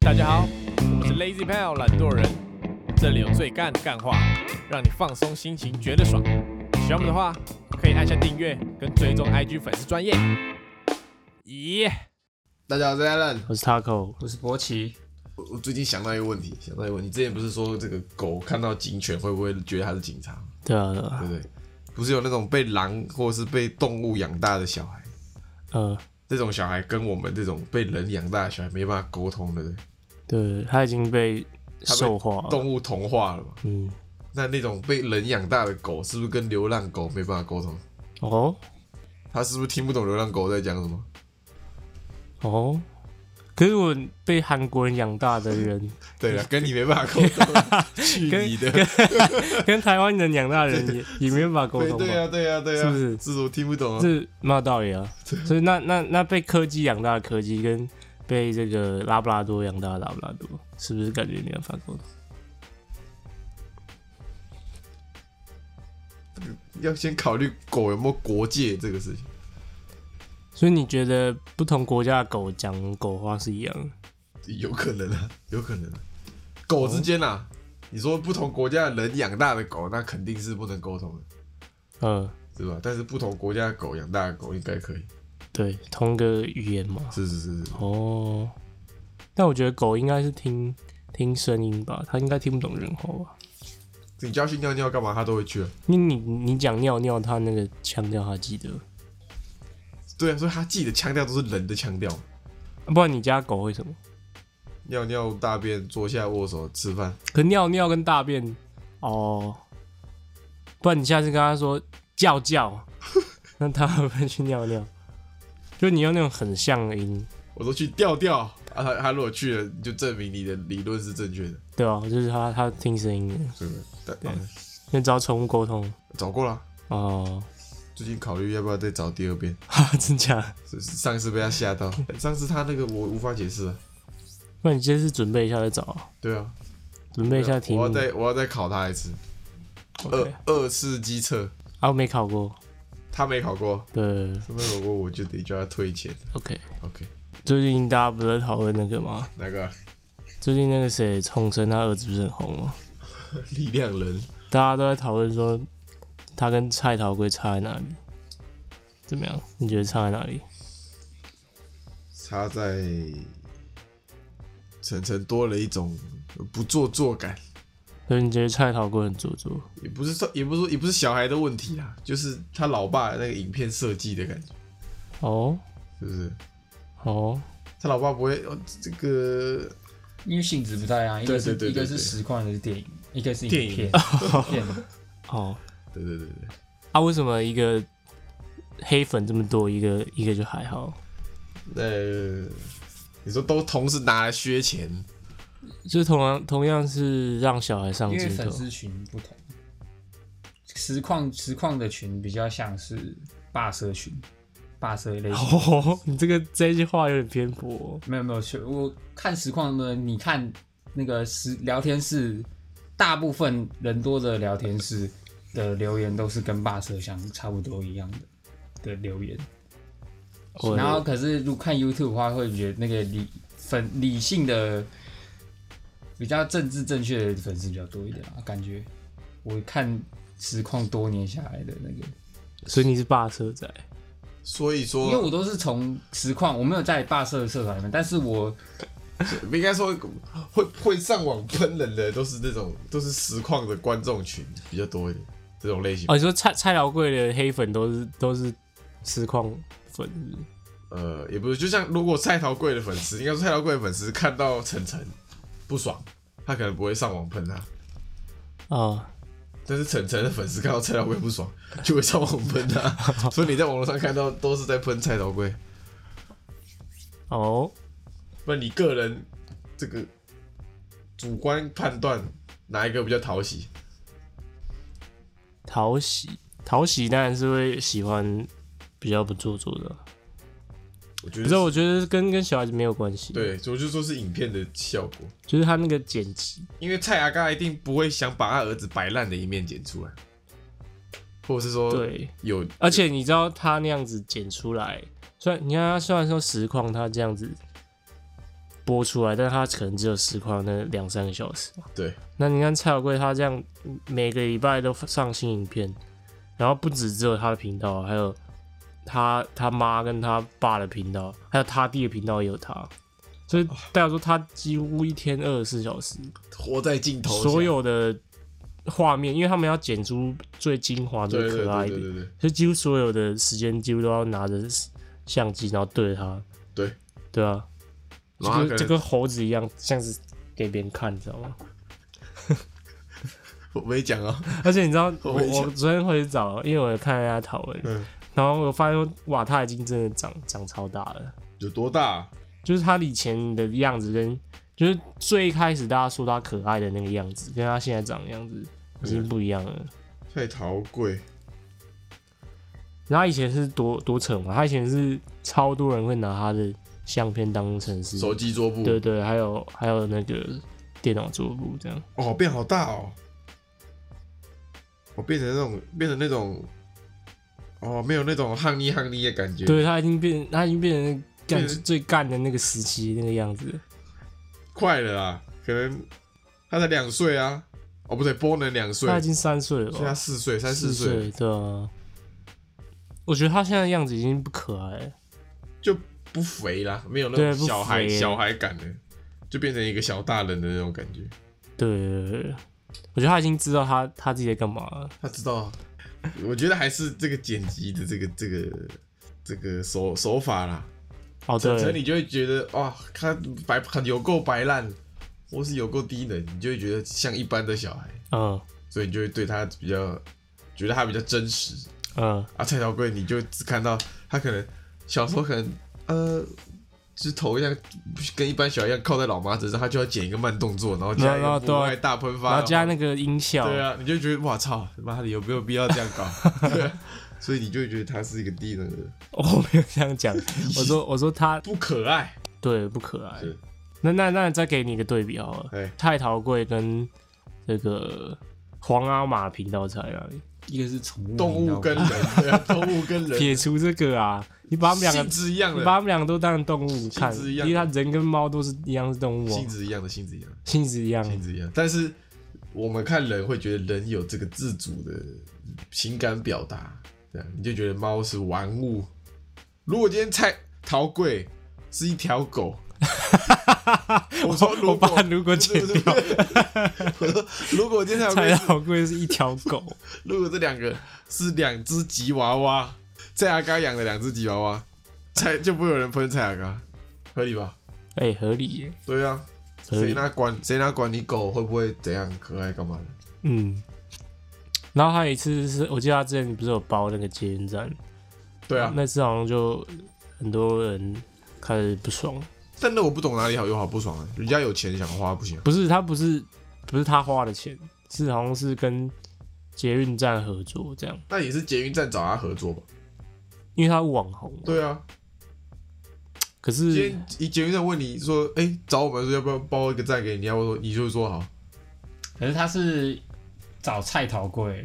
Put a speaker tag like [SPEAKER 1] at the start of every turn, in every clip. [SPEAKER 1] 大家好，我是 Lazy Pal 懒惰人，这里有最干的干话，让你放松心情，觉得爽。喜欢我们的话，可以按下订阅跟追踪 IG 粉丝专业。咦、
[SPEAKER 2] 大家好，我是 Alan。
[SPEAKER 3] 我是 Taco，
[SPEAKER 4] 我是博奇，
[SPEAKER 2] 我我最近想到一个问题，想到一个问题，之前不是说这个狗看到警犬会不会觉得它是警察，
[SPEAKER 3] 对啊，对啊
[SPEAKER 2] 对不对？不是有那种被狼或是被动物养大的小孩，
[SPEAKER 3] 呃，
[SPEAKER 2] 这种小孩跟我们这种被人养大的小孩没办法沟通的，对不对
[SPEAKER 3] 对，他已经被
[SPEAKER 2] 它被
[SPEAKER 3] 兽化了，
[SPEAKER 2] 动物同化了嘛？
[SPEAKER 3] 嗯，
[SPEAKER 2] 那那种被人养大的狗，是不是跟流浪狗没办法沟通？
[SPEAKER 3] 哦
[SPEAKER 2] 它是不是听不懂流浪狗在讲什么？
[SPEAKER 3] 哦，可是我被韩国人养大 的人，
[SPEAKER 2] 对 了，跟你没办法沟通，去
[SPEAKER 3] 跟
[SPEAKER 2] 你的！
[SPEAKER 3] 跟台湾人养大的人也也没办法沟
[SPEAKER 2] 对
[SPEAKER 3] 通
[SPEAKER 2] 对啊，
[SPEAKER 3] 吧？
[SPEAKER 2] 对啊，对啊，
[SPEAKER 3] 是不是
[SPEAKER 2] 这我听不懂啊。
[SPEAKER 3] 这没有道理啊。所以那那那被柯基养大的柯基跟被这个拉布拉多养大的拉布拉多，是不是感觉没办法沟通？
[SPEAKER 2] 要先考虑狗有没有国界这个事情。
[SPEAKER 3] 所以你觉得不同国家的狗讲狗话是一样的？
[SPEAKER 2] 有可能啊，有可能、啊。狗之间啊，你说不同国家的人养大的狗，那肯定是不能沟通的，
[SPEAKER 3] 呃，
[SPEAKER 2] 是吧？但是不同国家的狗养大的狗应该可以。
[SPEAKER 3] 对，同一个语言嘛。
[SPEAKER 2] 是是是是，
[SPEAKER 3] 哦，但我觉得狗应该是听听声音吧，它应该听不懂人话吧？
[SPEAKER 2] 你叫它去尿尿干嘛，它都会去、啊。
[SPEAKER 3] 因为你你讲尿尿，它那个腔调它记得，
[SPEAKER 2] 对啊，所以它自己的腔调都是人的腔调。
[SPEAKER 3] 啊不然你家狗会什么？
[SPEAKER 2] 尿尿、大便、坐下、握手、吃饭，
[SPEAKER 3] 可尿尿跟大便哦，不然你下次跟它说叫叫， 那它会不会去尿尿？就你用那种很像的音，
[SPEAKER 2] 我都去调调啊。它它如果去了，就证明你的理论是正确的，
[SPEAKER 3] 对吧、就是它它听声音的，
[SPEAKER 2] 是不是？但
[SPEAKER 3] 对那只要宠物沟通
[SPEAKER 2] 找过了，
[SPEAKER 3] 哦，
[SPEAKER 2] 最近考虑要不要再找第二遍。
[SPEAKER 3] 哈， 真假的？
[SPEAKER 2] 是是上次被它吓到，上次它那个我无法解释啊。
[SPEAKER 3] 那你这次准备一下再找啊，
[SPEAKER 2] 对啊，
[SPEAKER 3] 准备一下题目。
[SPEAKER 2] 我要再我要再考他一次，
[SPEAKER 3] OK
[SPEAKER 2] 二二次机测，
[SPEAKER 3] 啊，我没考过，
[SPEAKER 2] 他没考过，
[SPEAKER 3] 对
[SPEAKER 2] 他没考过我就得叫他退钱。
[SPEAKER 3] ，OK。
[SPEAKER 2] OK，
[SPEAKER 3] 最近大家不是在讨论那个吗？
[SPEAKER 2] 那个
[SPEAKER 3] 最近那个谁，重生他儿子不是很红吗？
[SPEAKER 2] 力量人
[SPEAKER 3] 大家都在讨论说他跟蔡桃贵差在哪里？怎么样？你觉得差在哪里？
[SPEAKER 2] 差在晨晨多了一种不做作感，
[SPEAKER 3] 所以你觉得蔡桃贵很做作？
[SPEAKER 2] 也不是说也不是说也不是小孩的问题啦，就是他老爸那个影片设计的感觉，
[SPEAKER 3] 哦
[SPEAKER 2] 是不是？
[SPEAKER 3] 哦，
[SPEAKER 2] 他老爸不会、哦、这个
[SPEAKER 4] 因为性质不太一样，一个
[SPEAKER 2] 对
[SPEAKER 4] 是
[SPEAKER 2] 对对
[SPEAKER 4] 一
[SPEAKER 2] 对
[SPEAKER 4] 个是实况，一个是电影，一个是影
[SPEAKER 2] 电影
[SPEAKER 4] 片， 片
[SPEAKER 3] 哦
[SPEAKER 2] 对对对对，
[SPEAKER 3] 啊，为什么一个黑粉这么多，一个一个就还好？
[SPEAKER 2] 那你说都同时拿来削钱，
[SPEAKER 3] 就是同样同样是让小孩上
[SPEAKER 4] 因为
[SPEAKER 3] 镜
[SPEAKER 4] 粉
[SPEAKER 3] 头，
[SPEAKER 4] 丝群不同，实况实况的群比较像是霸社群，霸社类型。
[SPEAKER 3] 哦， 你这个这句话有点偏颇哦、
[SPEAKER 4] 没有没有，去我看实况呢，你看那个实聊天室，大部分人多的聊天室的留言都是跟霸社相差不多一样的的留言。
[SPEAKER 3] 我
[SPEAKER 4] 然后可是如果看 YouTube 的话，会觉得那个理粉理性的、比较政治正确的粉丝比较多一点啊，感觉我看实况多年下来的那个，
[SPEAKER 3] 所以你是霸车仔。
[SPEAKER 2] 所以说
[SPEAKER 4] 因为我都是从实况，我没有在霸社社团里面，但是我
[SPEAKER 2] 应该说会会上网喷人的都是那种都是实况的观众群比较多一点，这种类型。
[SPEAKER 3] 哦，你说蔡蔡老贵的黑粉都是都是实况粉是不是
[SPEAKER 2] 呃，也不是，就像如果蔡桃贵的粉丝，应该说蔡桃贵的粉丝看到晨晨不爽，他可能不会上网喷他。
[SPEAKER 3] 哦，
[SPEAKER 2] 但是晨晨的粉丝看到蔡桃贵不爽，就会上网喷他。所以你在网络上看到都是在喷蔡桃贵，
[SPEAKER 3] 哦，
[SPEAKER 2] 那你个人这个主观判断哪一个比较讨喜？
[SPEAKER 3] 讨喜讨喜当然是会喜欢比较不做作的，啊
[SPEAKER 2] 我觉
[SPEAKER 3] 可是
[SPEAKER 2] 得
[SPEAKER 3] 我觉得跟跟小孩子没有关系，，
[SPEAKER 2] 对，所以我就说是影片的效果。
[SPEAKER 3] 就是他那个剪辑，
[SPEAKER 2] 因为蔡阿嘎一定不会想把他儿子摆烂的一面剪出来，或者是说
[SPEAKER 3] 对，
[SPEAKER 2] 有，
[SPEAKER 3] 而且你知道他那样子剪出来，虽然你看他虽然说实况他这样子播出来，但它可能只有实况那两三个小时。
[SPEAKER 2] 对，
[SPEAKER 3] 那你看蔡小贵他这样嗯每个礼拜都上新影片，然后不止只有他的频道，还有他他妈跟他爸的频道，还有他弟的频道也有他，所以代表说他几乎一天二十四小时，
[SPEAKER 2] 活在镜头下，
[SPEAKER 3] 所有的画面，因为他们要剪出最精华、
[SPEAKER 2] 对对
[SPEAKER 3] 最可
[SPEAKER 2] 对
[SPEAKER 3] 爱
[SPEAKER 2] 对
[SPEAKER 3] 的，
[SPEAKER 2] 对对
[SPEAKER 3] 所以几乎所有的时间几乎都要拿着相机，然后对着他，
[SPEAKER 2] 对，
[SPEAKER 3] 对啊，
[SPEAKER 2] 然后他可
[SPEAKER 3] 就跟
[SPEAKER 2] 能
[SPEAKER 3] 就跟猴子一样，像是给别人看，你知道吗？
[SPEAKER 2] 我没讲啊，
[SPEAKER 3] 而且你知道，
[SPEAKER 2] 我
[SPEAKER 3] 我
[SPEAKER 2] 跟你讲
[SPEAKER 3] 我昨天回去找，因为我有看人家讨论，
[SPEAKER 2] 嗯
[SPEAKER 3] 然后我发现说哇，他已经真的长长超大了，
[SPEAKER 2] 有多大啊、
[SPEAKER 3] 就是他以前的样子跟就是最一开始大家说他可爱的那个样子，跟他现在长的样子已
[SPEAKER 2] 嗯
[SPEAKER 3] 经不一样了。
[SPEAKER 2] 太桃贵，
[SPEAKER 3] 然后他以前是多多扯嘛，他以前是超多人会拿他的相片当成是，
[SPEAKER 2] 手机桌布，
[SPEAKER 3] 对对，还有还有那个电脑桌布这样。
[SPEAKER 2] 哦，变好大哦！我变成那种，变成那种，哦，没有那种憨妮憨妮的感觉。，
[SPEAKER 3] 对他已经变，他已经变成干
[SPEAKER 2] 变成
[SPEAKER 3] 最干的那个时期那个样子了。
[SPEAKER 2] 快了啦，可能他才两岁啊，哦，不对，波能两岁，
[SPEAKER 3] 他已经三岁了吧，
[SPEAKER 2] 所以他四岁，三四
[SPEAKER 3] 四
[SPEAKER 2] 岁
[SPEAKER 3] 岁，对啊。我觉得他现在的样子已经不可爱了，
[SPEAKER 2] 就不肥啦，没有那
[SPEAKER 3] 对
[SPEAKER 2] 种
[SPEAKER 3] 不肥
[SPEAKER 2] 小孩小孩感了，就变成一个小大人的那种感觉。
[SPEAKER 3] 对对对对我觉得他已经知道他他自己在干嘛了。
[SPEAKER 2] 他知道啊，我觉得还是这个剪辑的这个这个这个手手法啦，
[SPEAKER 3] 哦，
[SPEAKER 2] 整成你
[SPEAKER 3] 对，
[SPEAKER 2] 就会觉得哇，他白很有够白烂，或是有够低能，你就会觉得像一般的小孩，
[SPEAKER 3] 嗯
[SPEAKER 2] 所以你就会对他比较觉得他比较真实
[SPEAKER 3] 嗯，
[SPEAKER 2] 啊。蔡小贵，你就只看到他可能小时候可能呃，就是头一样跟一般小孩一样靠在老妈身上，他就要剪一个慢动作，然后加一
[SPEAKER 3] 然后
[SPEAKER 2] 个
[SPEAKER 3] 对啊
[SPEAKER 2] 母爱大喷发，哦
[SPEAKER 3] 然后加那个音效，
[SPEAKER 2] 对啊，你就觉得哇操，妈的有没有必要这样搞？ 对啊，所以你就会觉得他是一个低能的人，
[SPEAKER 3] 哦 我没有这样讲，我说我说他
[SPEAKER 2] 不可爱。
[SPEAKER 3] 对不可爱
[SPEAKER 2] 是。
[SPEAKER 3] 那那那再给你一个对比好了，
[SPEAKER 2] 哎，
[SPEAKER 3] 蔡桃贵跟这个皇阿玛频道在哪里？
[SPEAKER 4] 一个是宠物频道，
[SPEAKER 2] 动物跟人，对啊动物跟 人。
[SPEAKER 3] 撇除这个啊，你把他们两
[SPEAKER 2] 性
[SPEAKER 3] 个，
[SPEAKER 2] 质一样
[SPEAKER 3] 你把
[SPEAKER 2] 的，
[SPEAKER 3] 他们两个都当成动物看，
[SPEAKER 2] 性质一
[SPEAKER 3] 因
[SPEAKER 2] 样
[SPEAKER 3] 为他人跟猫都是一样是动物哦
[SPEAKER 2] 性，质一样的，性质一样的，
[SPEAKER 3] 性质一样，
[SPEAKER 2] 性质一样。但是我们看人会觉得人有这个自主的情感表达，这样你就觉得猫是玩物。如果今天蔡桃贵是一条狗，我说
[SPEAKER 3] 我
[SPEAKER 2] 如果
[SPEAKER 3] 把如果剪
[SPEAKER 2] 对
[SPEAKER 3] 掉，
[SPEAKER 2] 我说 如果今天蔡
[SPEAKER 3] 蔡
[SPEAKER 2] 桃贵，
[SPEAKER 3] 老贵是一条 狗，
[SPEAKER 2] 如果这两个是两只吉娃娃，蔡阿嘎养的两只吉娃娃，蔡就不会有人喷蔡阿嘎，合理吧？
[SPEAKER 3] 哎、合理耶，
[SPEAKER 2] 对啊，
[SPEAKER 3] 合
[SPEAKER 2] 谁
[SPEAKER 3] 理，
[SPEAKER 2] 哪管谁哪管你狗会不会怎样可爱干嘛的？
[SPEAKER 3] 嗯。然后还有一次是，我记得他之前不是有包那个捷运站，
[SPEAKER 2] 对啊，
[SPEAKER 3] 那次好像就很多人开始不爽，
[SPEAKER 2] 但那我不懂哪里好有好不爽啊，人家有钱想花不行啊，
[SPEAKER 3] 不是他不是不是他花的钱，是好像是跟捷运站合作这样，
[SPEAKER 2] 那也是捷运站找他合作吧？
[SPEAKER 3] 因为他网红，
[SPEAKER 2] 对啊，
[SPEAKER 3] 可
[SPEAKER 2] 今
[SPEAKER 3] 是
[SPEAKER 2] 天一捷运站问你说，哎、找我们说要不要包一个站给你，要不说你就说好，
[SPEAKER 4] 可是他是找菜桃贵。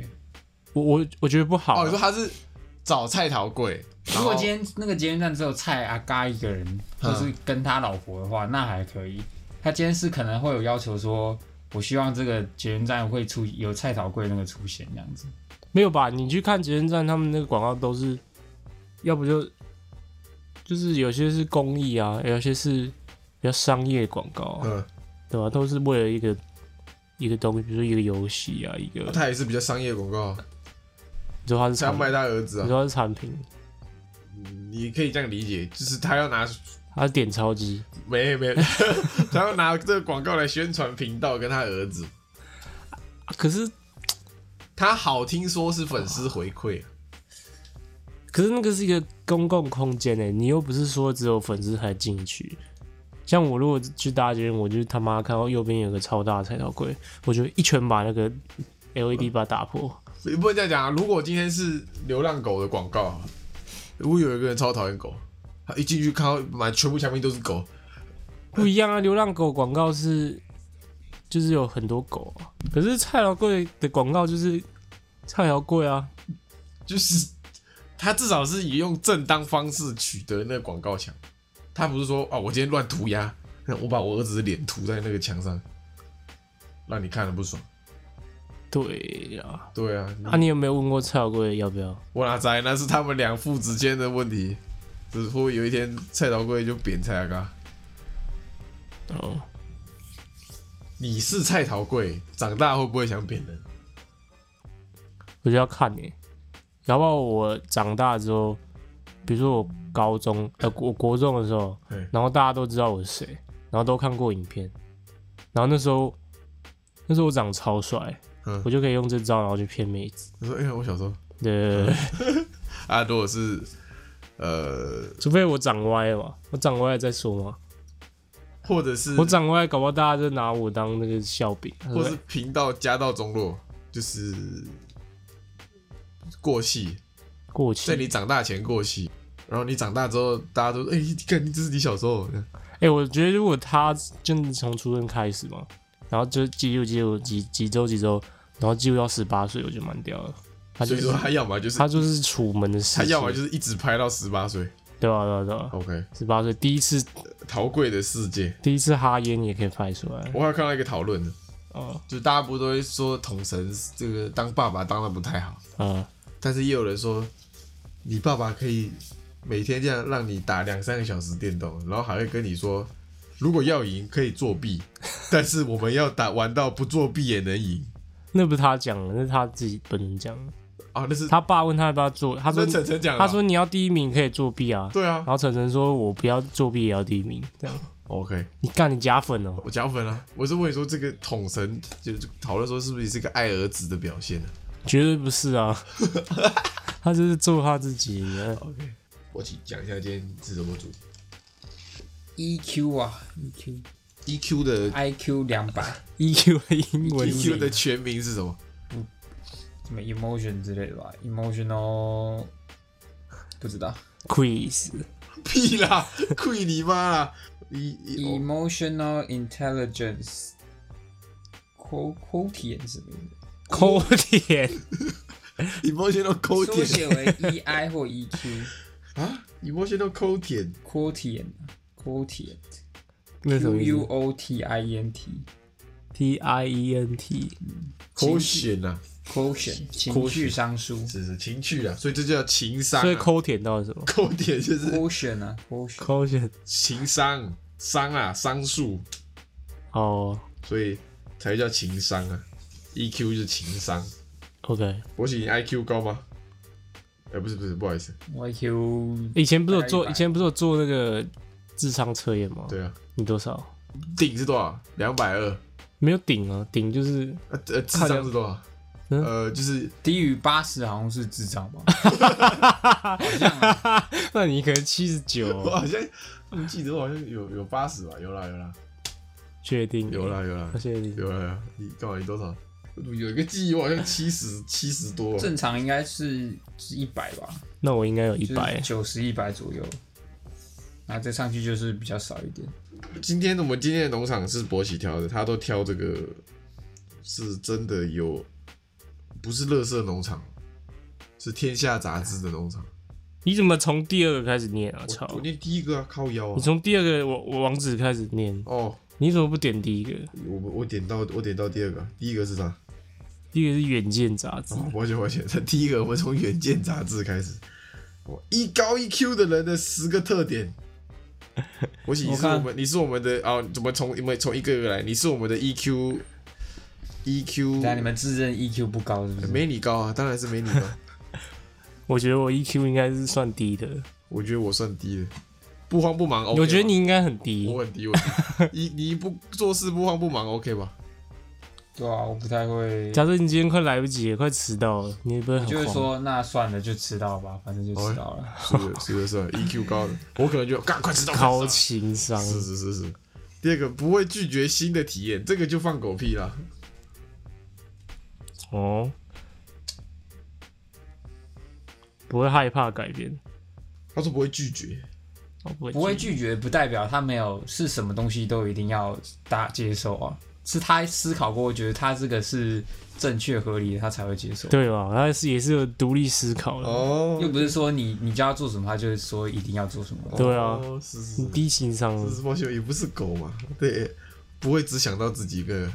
[SPEAKER 3] 我我我觉得不好啊、
[SPEAKER 2] 哦，你说他是找菜桃贵，
[SPEAKER 4] 如果今
[SPEAKER 2] 天
[SPEAKER 4] 天那个捷运站只有蔡阿嘎一个人，或是跟他老婆的话，那还可以。他今天是可能会有要求说，我希望这个捷运站会出有蔡桃贵那个出现这样子。
[SPEAKER 3] 没有吧？你去看捷运站，他们那个广告都是，要不就就是有些是公益啊，有些是比较商业广告、啊，
[SPEAKER 2] 嗯，
[SPEAKER 3] 对吧、都是为了一个一个东西，比如说一个游戏啊，一个
[SPEAKER 2] 哦他也是比较商业广告啊，
[SPEAKER 3] 你说它是
[SPEAKER 2] 他要
[SPEAKER 3] 产，
[SPEAKER 2] 卖他儿子
[SPEAKER 3] 你
[SPEAKER 2] 啊，
[SPEAKER 3] 说它是产品，
[SPEAKER 2] 你可以这样理解，就是他要拿
[SPEAKER 3] 它是点钞机，
[SPEAKER 2] 没没， 他要拿这个广告来宣传频道跟他儿子。
[SPEAKER 3] 啊可是
[SPEAKER 2] 他好听说是粉丝回馈、啊，
[SPEAKER 3] 可是那个是一个公共空间诶、你又不是说只有粉丝才进去。像我如果去搭捷运，我就他妈看到右边有个超大的菜刀柜，我就一拳把那个 LED 把它打破。
[SPEAKER 2] 你不能这样讲啊！如果今天是流浪狗的广告、啊，如果有一个人超讨厌狗，他一进去看到满全部墙壁都是狗，
[SPEAKER 3] 不一样啊！流浪狗广告是就是有很多狗啊，可是蔡老贵的广告就是蔡老贵啊，
[SPEAKER 2] 就是他至少哦是以用正当方式取得那个广告墙，他不是说啊我今天乱涂鸦，看我把我儿子的脸涂在那个墙上，让你看了不爽。
[SPEAKER 3] 对呀，
[SPEAKER 2] 对啊，你
[SPEAKER 3] 啊，你有没有问过蔡小贵要不要？
[SPEAKER 2] 我哪知道那是他们两父子间的问题，只是会不会有一天蔡桃贵就扁蔡阿嘎。
[SPEAKER 3] 哦，
[SPEAKER 2] 你是蔡桃贵，长大会不会想扁人？
[SPEAKER 3] 我就要看你、然后我长大之后，比如说我高中呃我国中的时候，
[SPEAKER 2] 对，
[SPEAKER 3] 然后大家都知道我是谁，然后都看过影片，然后那时候那时候我长超帅，
[SPEAKER 2] 嗯
[SPEAKER 3] 我就可以用这招然后去骗妹子。
[SPEAKER 2] 他说：“哎、呀，我小时候
[SPEAKER 3] 对，
[SPEAKER 2] 嗯啊，如果是呃，
[SPEAKER 3] 除非我长歪了嘛，我长歪了再说嘛。
[SPEAKER 2] 或者是
[SPEAKER 3] 我长歪，搞不好大家就拿我当那个笑柄。
[SPEAKER 2] 嗯或是频道加到中落，就是过气，
[SPEAKER 3] 过
[SPEAKER 2] 在
[SPEAKER 3] 期，
[SPEAKER 2] 你长大前过气，然后你长大之后，大家都哎，你看、你这是你小时候，
[SPEAKER 3] 哎、我觉得如果他真的从出生开始嘛，然后就记录记录几几周几周，然后记录到十八岁，我就蛮屌了。他
[SPEAKER 2] 所
[SPEAKER 3] 就
[SPEAKER 2] 以
[SPEAKER 3] 是
[SPEAKER 2] 说他要么就是
[SPEAKER 3] 他就是楚门的事
[SPEAKER 2] 他
[SPEAKER 3] 情，
[SPEAKER 2] 要么就是一直拍到十八岁。
[SPEAKER 3] 对吧、对吧、对吧、
[SPEAKER 2] OK，
[SPEAKER 3] 十八岁第一次
[SPEAKER 2] 陶贵的世界，
[SPEAKER 3] 第一次哈烟也可以拍出来
[SPEAKER 2] 我还有看到一个讨论的，
[SPEAKER 3] 哦，
[SPEAKER 2] 就大家不都会说统神这个当爸爸当的不太好，
[SPEAKER 3] 嗯，
[SPEAKER 2] 但是也有人说，你爸爸可以每天这样让你打两三个小时电动，然后还会跟你说，如果要赢可以作 弊，但是我们要打玩到不作弊也能赢
[SPEAKER 3] 那不是他讲的，那是他自己本人讲的。
[SPEAKER 2] 啊！那是
[SPEAKER 3] 他爸问他要不要做，他说
[SPEAKER 2] 那晨晨讲的啊
[SPEAKER 3] 他说你要第一名可以作弊啊，
[SPEAKER 2] 对啊
[SPEAKER 3] 然后晨晨说我不要作弊也要第一名，这样
[SPEAKER 2] ，OK，
[SPEAKER 3] 你干你假粉哦，
[SPEAKER 2] 我加粉了、我是问你说这个统神就是讨论说是不是也是个爱儿子的表现啊呢、
[SPEAKER 3] 绝对不是 啊，他就是做他自己。
[SPEAKER 2] OK，我去讲一下今天是什么主题。
[SPEAKER 4] EQ 啊，EQ
[SPEAKER 2] EQ ？E 的
[SPEAKER 4] IQ 两百，
[SPEAKER 3] EQ E 的英文
[SPEAKER 2] EQ 的全名是什么？
[SPEAKER 4] 什么 emotion 之类的吧，emotional 不知道
[SPEAKER 3] quiz，
[SPEAKER 2] 屁 啦，亏你妈啦！一一哦
[SPEAKER 4] ，emotional intelligence quo quotient 是什么意思？
[SPEAKER 3] 抠脸
[SPEAKER 2] emotional 抠
[SPEAKER 4] 缩
[SPEAKER 2] 舔
[SPEAKER 4] 写为 EI 或 E EQ
[SPEAKER 2] 啊，emotional 抠舔
[SPEAKER 4] quotient quotient
[SPEAKER 3] 那什
[SPEAKER 4] Q
[SPEAKER 3] 么意
[SPEAKER 4] U
[SPEAKER 3] 思
[SPEAKER 4] O T I E N T
[SPEAKER 3] ？T I E N T，
[SPEAKER 2] 抠舔啊，
[SPEAKER 4] quotient 情绪商数
[SPEAKER 2] 这是情趣啊，所以这叫情商啊。
[SPEAKER 3] 所以抠舔到底是什么？
[SPEAKER 2] 抠舔就是
[SPEAKER 4] quotient 啊 quotient
[SPEAKER 3] 抠脸
[SPEAKER 2] 情商商啊，商数，
[SPEAKER 3] 哦
[SPEAKER 2] 所以才叫情商啊。EQ 就是情商。
[SPEAKER 3] ，OK。
[SPEAKER 2] 博喜，你 IQ 高吗？哎、不是不是，不好意思，
[SPEAKER 4] YQ
[SPEAKER 3] 以前不是有做，
[SPEAKER 4] 大概100
[SPEAKER 3] 以前不是有做那个智商测验吗？
[SPEAKER 2] 对啊，
[SPEAKER 3] 你多少？
[SPEAKER 2] 顶是多少？两百二。
[SPEAKER 3] 没有顶啊，顶就是
[SPEAKER 2] 呃呃，智
[SPEAKER 3] 看
[SPEAKER 2] 商
[SPEAKER 3] 了
[SPEAKER 2] 是多少？
[SPEAKER 3] 嗯
[SPEAKER 2] 呃，就是
[SPEAKER 4] 低于八十好像是智 障吧？好像啊
[SPEAKER 3] 那你可能七十九
[SPEAKER 2] 我，好像不记得，我好像有有八十吧，有啦有啦
[SPEAKER 3] 确定
[SPEAKER 2] 有啦有啦
[SPEAKER 3] 我确定。
[SPEAKER 2] 有啦有啦，你干嘛？你多少？有一个记忆，我好像七十七十多，
[SPEAKER 4] 正常应该是是一百吧，
[SPEAKER 3] 那我应该有一百，
[SPEAKER 4] 九十一百左右，然后再上去就是比较少一点。
[SPEAKER 2] 今天我们今天的农场是博喜挑的，他都挑这个是真的有，不是乐色农场，是天下杂志的农场。
[SPEAKER 3] 你怎么从第二个开始念啊？操
[SPEAKER 2] 我！念第一个啊，靠腰啊。
[SPEAKER 3] 你从第二个我我网址开始念，
[SPEAKER 2] 哦，
[SPEAKER 3] 你怎么不点第一个？
[SPEAKER 2] 我我点到我点到第二个，第一个是啥？
[SPEAKER 3] 第一个是《远见》杂志，
[SPEAKER 2] 哦，抱歉抱歉， 这第一个我们从《远见》杂志开始。我一高一 Q 的人的十个特 点。我喜你
[SPEAKER 4] 我
[SPEAKER 2] 是
[SPEAKER 4] 看
[SPEAKER 2] 我们，你是我们的哦，怎么从我们从一个一个来？你是我们的 E EQ EQ，
[SPEAKER 4] 等下你们自认 EQ 不高是不是？
[SPEAKER 2] 没你高啊，当然是没你高。
[SPEAKER 3] 我觉得我 EQ 应该是算低的，
[SPEAKER 2] 我觉得我算低的，不慌不忙 OK 吧。
[SPEAKER 3] 我觉得你应该很低
[SPEAKER 2] 我。很低，我很低你你不做事不慌不忙 OK 吧？
[SPEAKER 4] 对啊，我不太会，
[SPEAKER 3] 假设你今天快来不及了，快迟到了，你会不会
[SPEAKER 4] 我就
[SPEAKER 3] 很
[SPEAKER 4] 会
[SPEAKER 3] 慌？
[SPEAKER 4] 说那算了，就迟到吧，反正就迟到了。
[SPEAKER 2] 是的，是的，是的，EQ 高的，我可能就赶快知道。
[SPEAKER 3] 高情商，
[SPEAKER 2] 是是是是。第二个不会拒绝新的体验，这个就放狗屁啦。
[SPEAKER 3] 哦，不会害怕改变，
[SPEAKER 2] 他说不会拒绝，
[SPEAKER 3] 哦，不会
[SPEAKER 4] 不会拒绝，不代表他没有是什么东西都一定要大接受啊。是他思考过，觉得他这个是正确合理的，他才会接受。
[SPEAKER 3] 对吧？他是也是有独立思考的。
[SPEAKER 2] 哦，
[SPEAKER 4] 又不是说你你叫他做什么，他就是说一定要做什么。
[SPEAKER 3] 对啊
[SPEAKER 2] 哦，是是
[SPEAKER 3] 你
[SPEAKER 2] 是，
[SPEAKER 3] 低情商了
[SPEAKER 2] 是是，猫熊也不是狗嘛，对，不会只想到自己一个，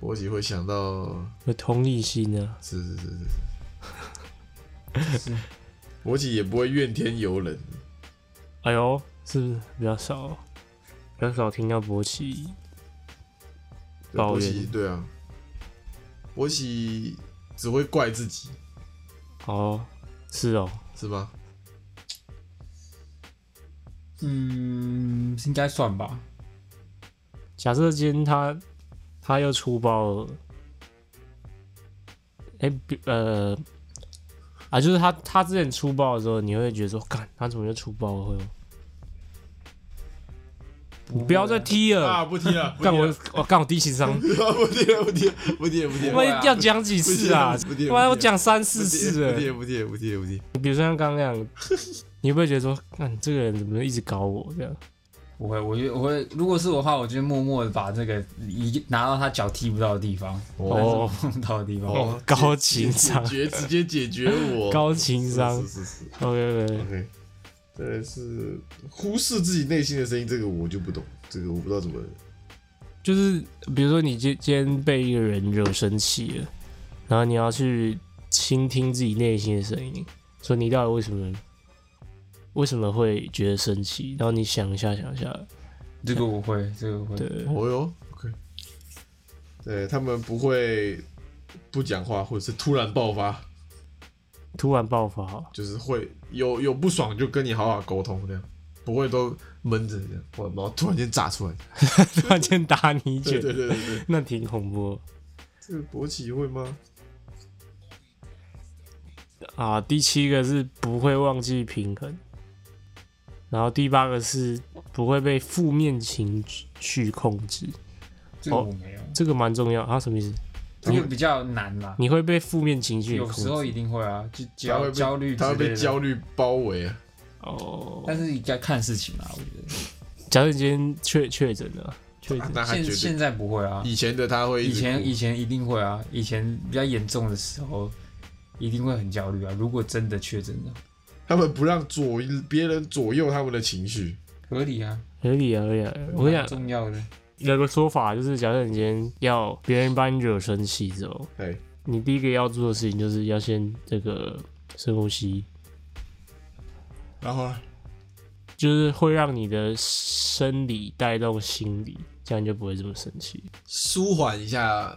[SPEAKER 2] 波吉会想到，
[SPEAKER 3] 有同理心啊。
[SPEAKER 2] 是是是是是，波吉也不会怨天尤人，
[SPEAKER 3] 哎呦，是不是比较少？比较少听到勃起，
[SPEAKER 2] 对
[SPEAKER 3] 抱
[SPEAKER 2] 波
[SPEAKER 3] 怨
[SPEAKER 2] 吉对啊，波吉只会怪自己，
[SPEAKER 3] 哦，是哦，
[SPEAKER 2] 是吧？
[SPEAKER 4] 嗯，应该算吧。
[SPEAKER 3] 假设今天他他又出包了，哎、比呃，啊，就是他他之前出包的时候，你会觉得说，干他怎么又出包了？会吗？你不要再踢
[SPEAKER 2] 啊，
[SPEAKER 3] 了，
[SPEAKER 2] 不踢了，不踢
[SPEAKER 3] 干、
[SPEAKER 2] 了
[SPEAKER 3] 我我干我低情商，
[SPEAKER 2] 不踢了，不踢了，不踢了，不踢
[SPEAKER 3] 他
[SPEAKER 2] 了
[SPEAKER 3] 妈
[SPEAKER 4] 会啊
[SPEAKER 3] 要讲几次啊
[SPEAKER 2] 不踢了不踢？了
[SPEAKER 3] 他妈
[SPEAKER 2] 不踢了
[SPEAKER 3] 我讲三
[SPEAKER 2] 不
[SPEAKER 3] 四
[SPEAKER 2] 踢
[SPEAKER 3] 次
[SPEAKER 2] 了，不踢
[SPEAKER 3] 了。
[SPEAKER 2] 了，不踢了，不踢了，不踢了，
[SPEAKER 3] 比如说像刚刚那样，你会不会觉得说，看这个人怎么一直搞我这样？
[SPEAKER 4] 不会，我觉得我会，如果是我的话，我就默默的把这个一拿到他脚踢不到的地方，
[SPEAKER 3] 哦
[SPEAKER 4] 碰到的地方。
[SPEAKER 2] 哦
[SPEAKER 3] 高
[SPEAKER 2] 解
[SPEAKER 3] 情商
[SPEAKER 2] 解决直接解决我
[SPEAKER 3] 高情商
[SPEAKER 2] 是是是是
[SPEAKER 3] ，OK OK，
[SPEAKER 2] OK，真的是忽视自己内心的声音，这个我就不懂，这个我不知道怎么。
[SPEAKER 3] 就是比如说你今今天被一个人惹生气了，然后你要去倾听自己内心的声音，说你到底为什么为什么会觉得生气，然后你想一下想一下，
[SPEAKER 4] 这个我会，这个我会。
[SPEAKER 3] 对，
[SPEAKER 2] 哦哟，OK，对他们不会不讲话，或者是突然爆发，
[SPEAKER 3] 突然爆发，
[SPEAKER 2] 就是会有有不爽就跟你好好沟通这样，不会都闷着这样，哇然后突然间炸出来。
[SPEAKER 3] 突然间打你一
[SPEAKER 2] 对
[SPEAKER 3] 拳，
[SPEAKER 2] 对对对对，
[SPEAKER 3] 那挺恐怖
[SPEAKER 2] 这个国企会吗？
[SPEAKER 3] 的啊。第七个是不会忘记平衡，然后第八个是不会被负面情绪控制，
[SPEAKER 4] 这个我没有，
[SPEAKER 3] 这个蛮重要啊。什么意思？
[SPEAKER 4] 这个比较难啦。
[SPEAKER 3] 你会被负面情绪
[SPEAKER 4] 有
[SPEAKER 3] 控制
[SPEAKER 4] 时候一定会啊，就只
[SPEAKER 2] 他会
[SPEAKER 4] 要
[SPEAKER 2] 被
[SPEAKER 4] 焦虑之
[SPEAKER 2] 他会
[SPEAKER 4] 类
[SPEAKER 2] 被
[SPEAKER 4] 的。
[SPEAKER 2] 焦虑包围啊。
[SPEAKER 3] 哦。
[SPEAKER 4] 但是应该看事情啦，我觉
[SPEAKER 3] 假设你今天确确诊了，确
[SPEAKER 2] 啊
[SPEAKER 3] 诊
[SPEAKER 2] 那他
[SPEAKER 4] 得。现
[SPEAKER 2] 绝对
[SPEAKER 4] 现在不会啊，
[SPEAKER 2] 以前的他会一
[SPEAKER 4] 以
[SPEAKER 2] 直
[SPEAKER 4] 前
[SPEAKER 2] 哭
[SPEAKER 4] 以前一定会啊，以前比较严重的时候一定会很焦虑啊。如果真的确诊了，
[SPEAKER 2] 他们不让左别人左右他们的情绪，
[SPEAKER 4] 合理啊，
[SPEAKER 3] 合理啊，合理啊。我跟你
[SPEAKER 4] 蛮
[SPEAKER 3] 讲，
[SPEAKER 4] 重要的。
[SPEAKER 3] 有个说法就是，假设你今天要别人把你惹生气之后，
[SPEAKER 2] 哎，
[SPEAKER 3] 你第一个要做的事情就是要先这个深呼吸，
[SPEAKER 2] 然后呢？
[SPEAKER 3] 就是会让你的生理带动心理，这样你就不会这么生气。
[SPEAKER 2] 舒缓一下，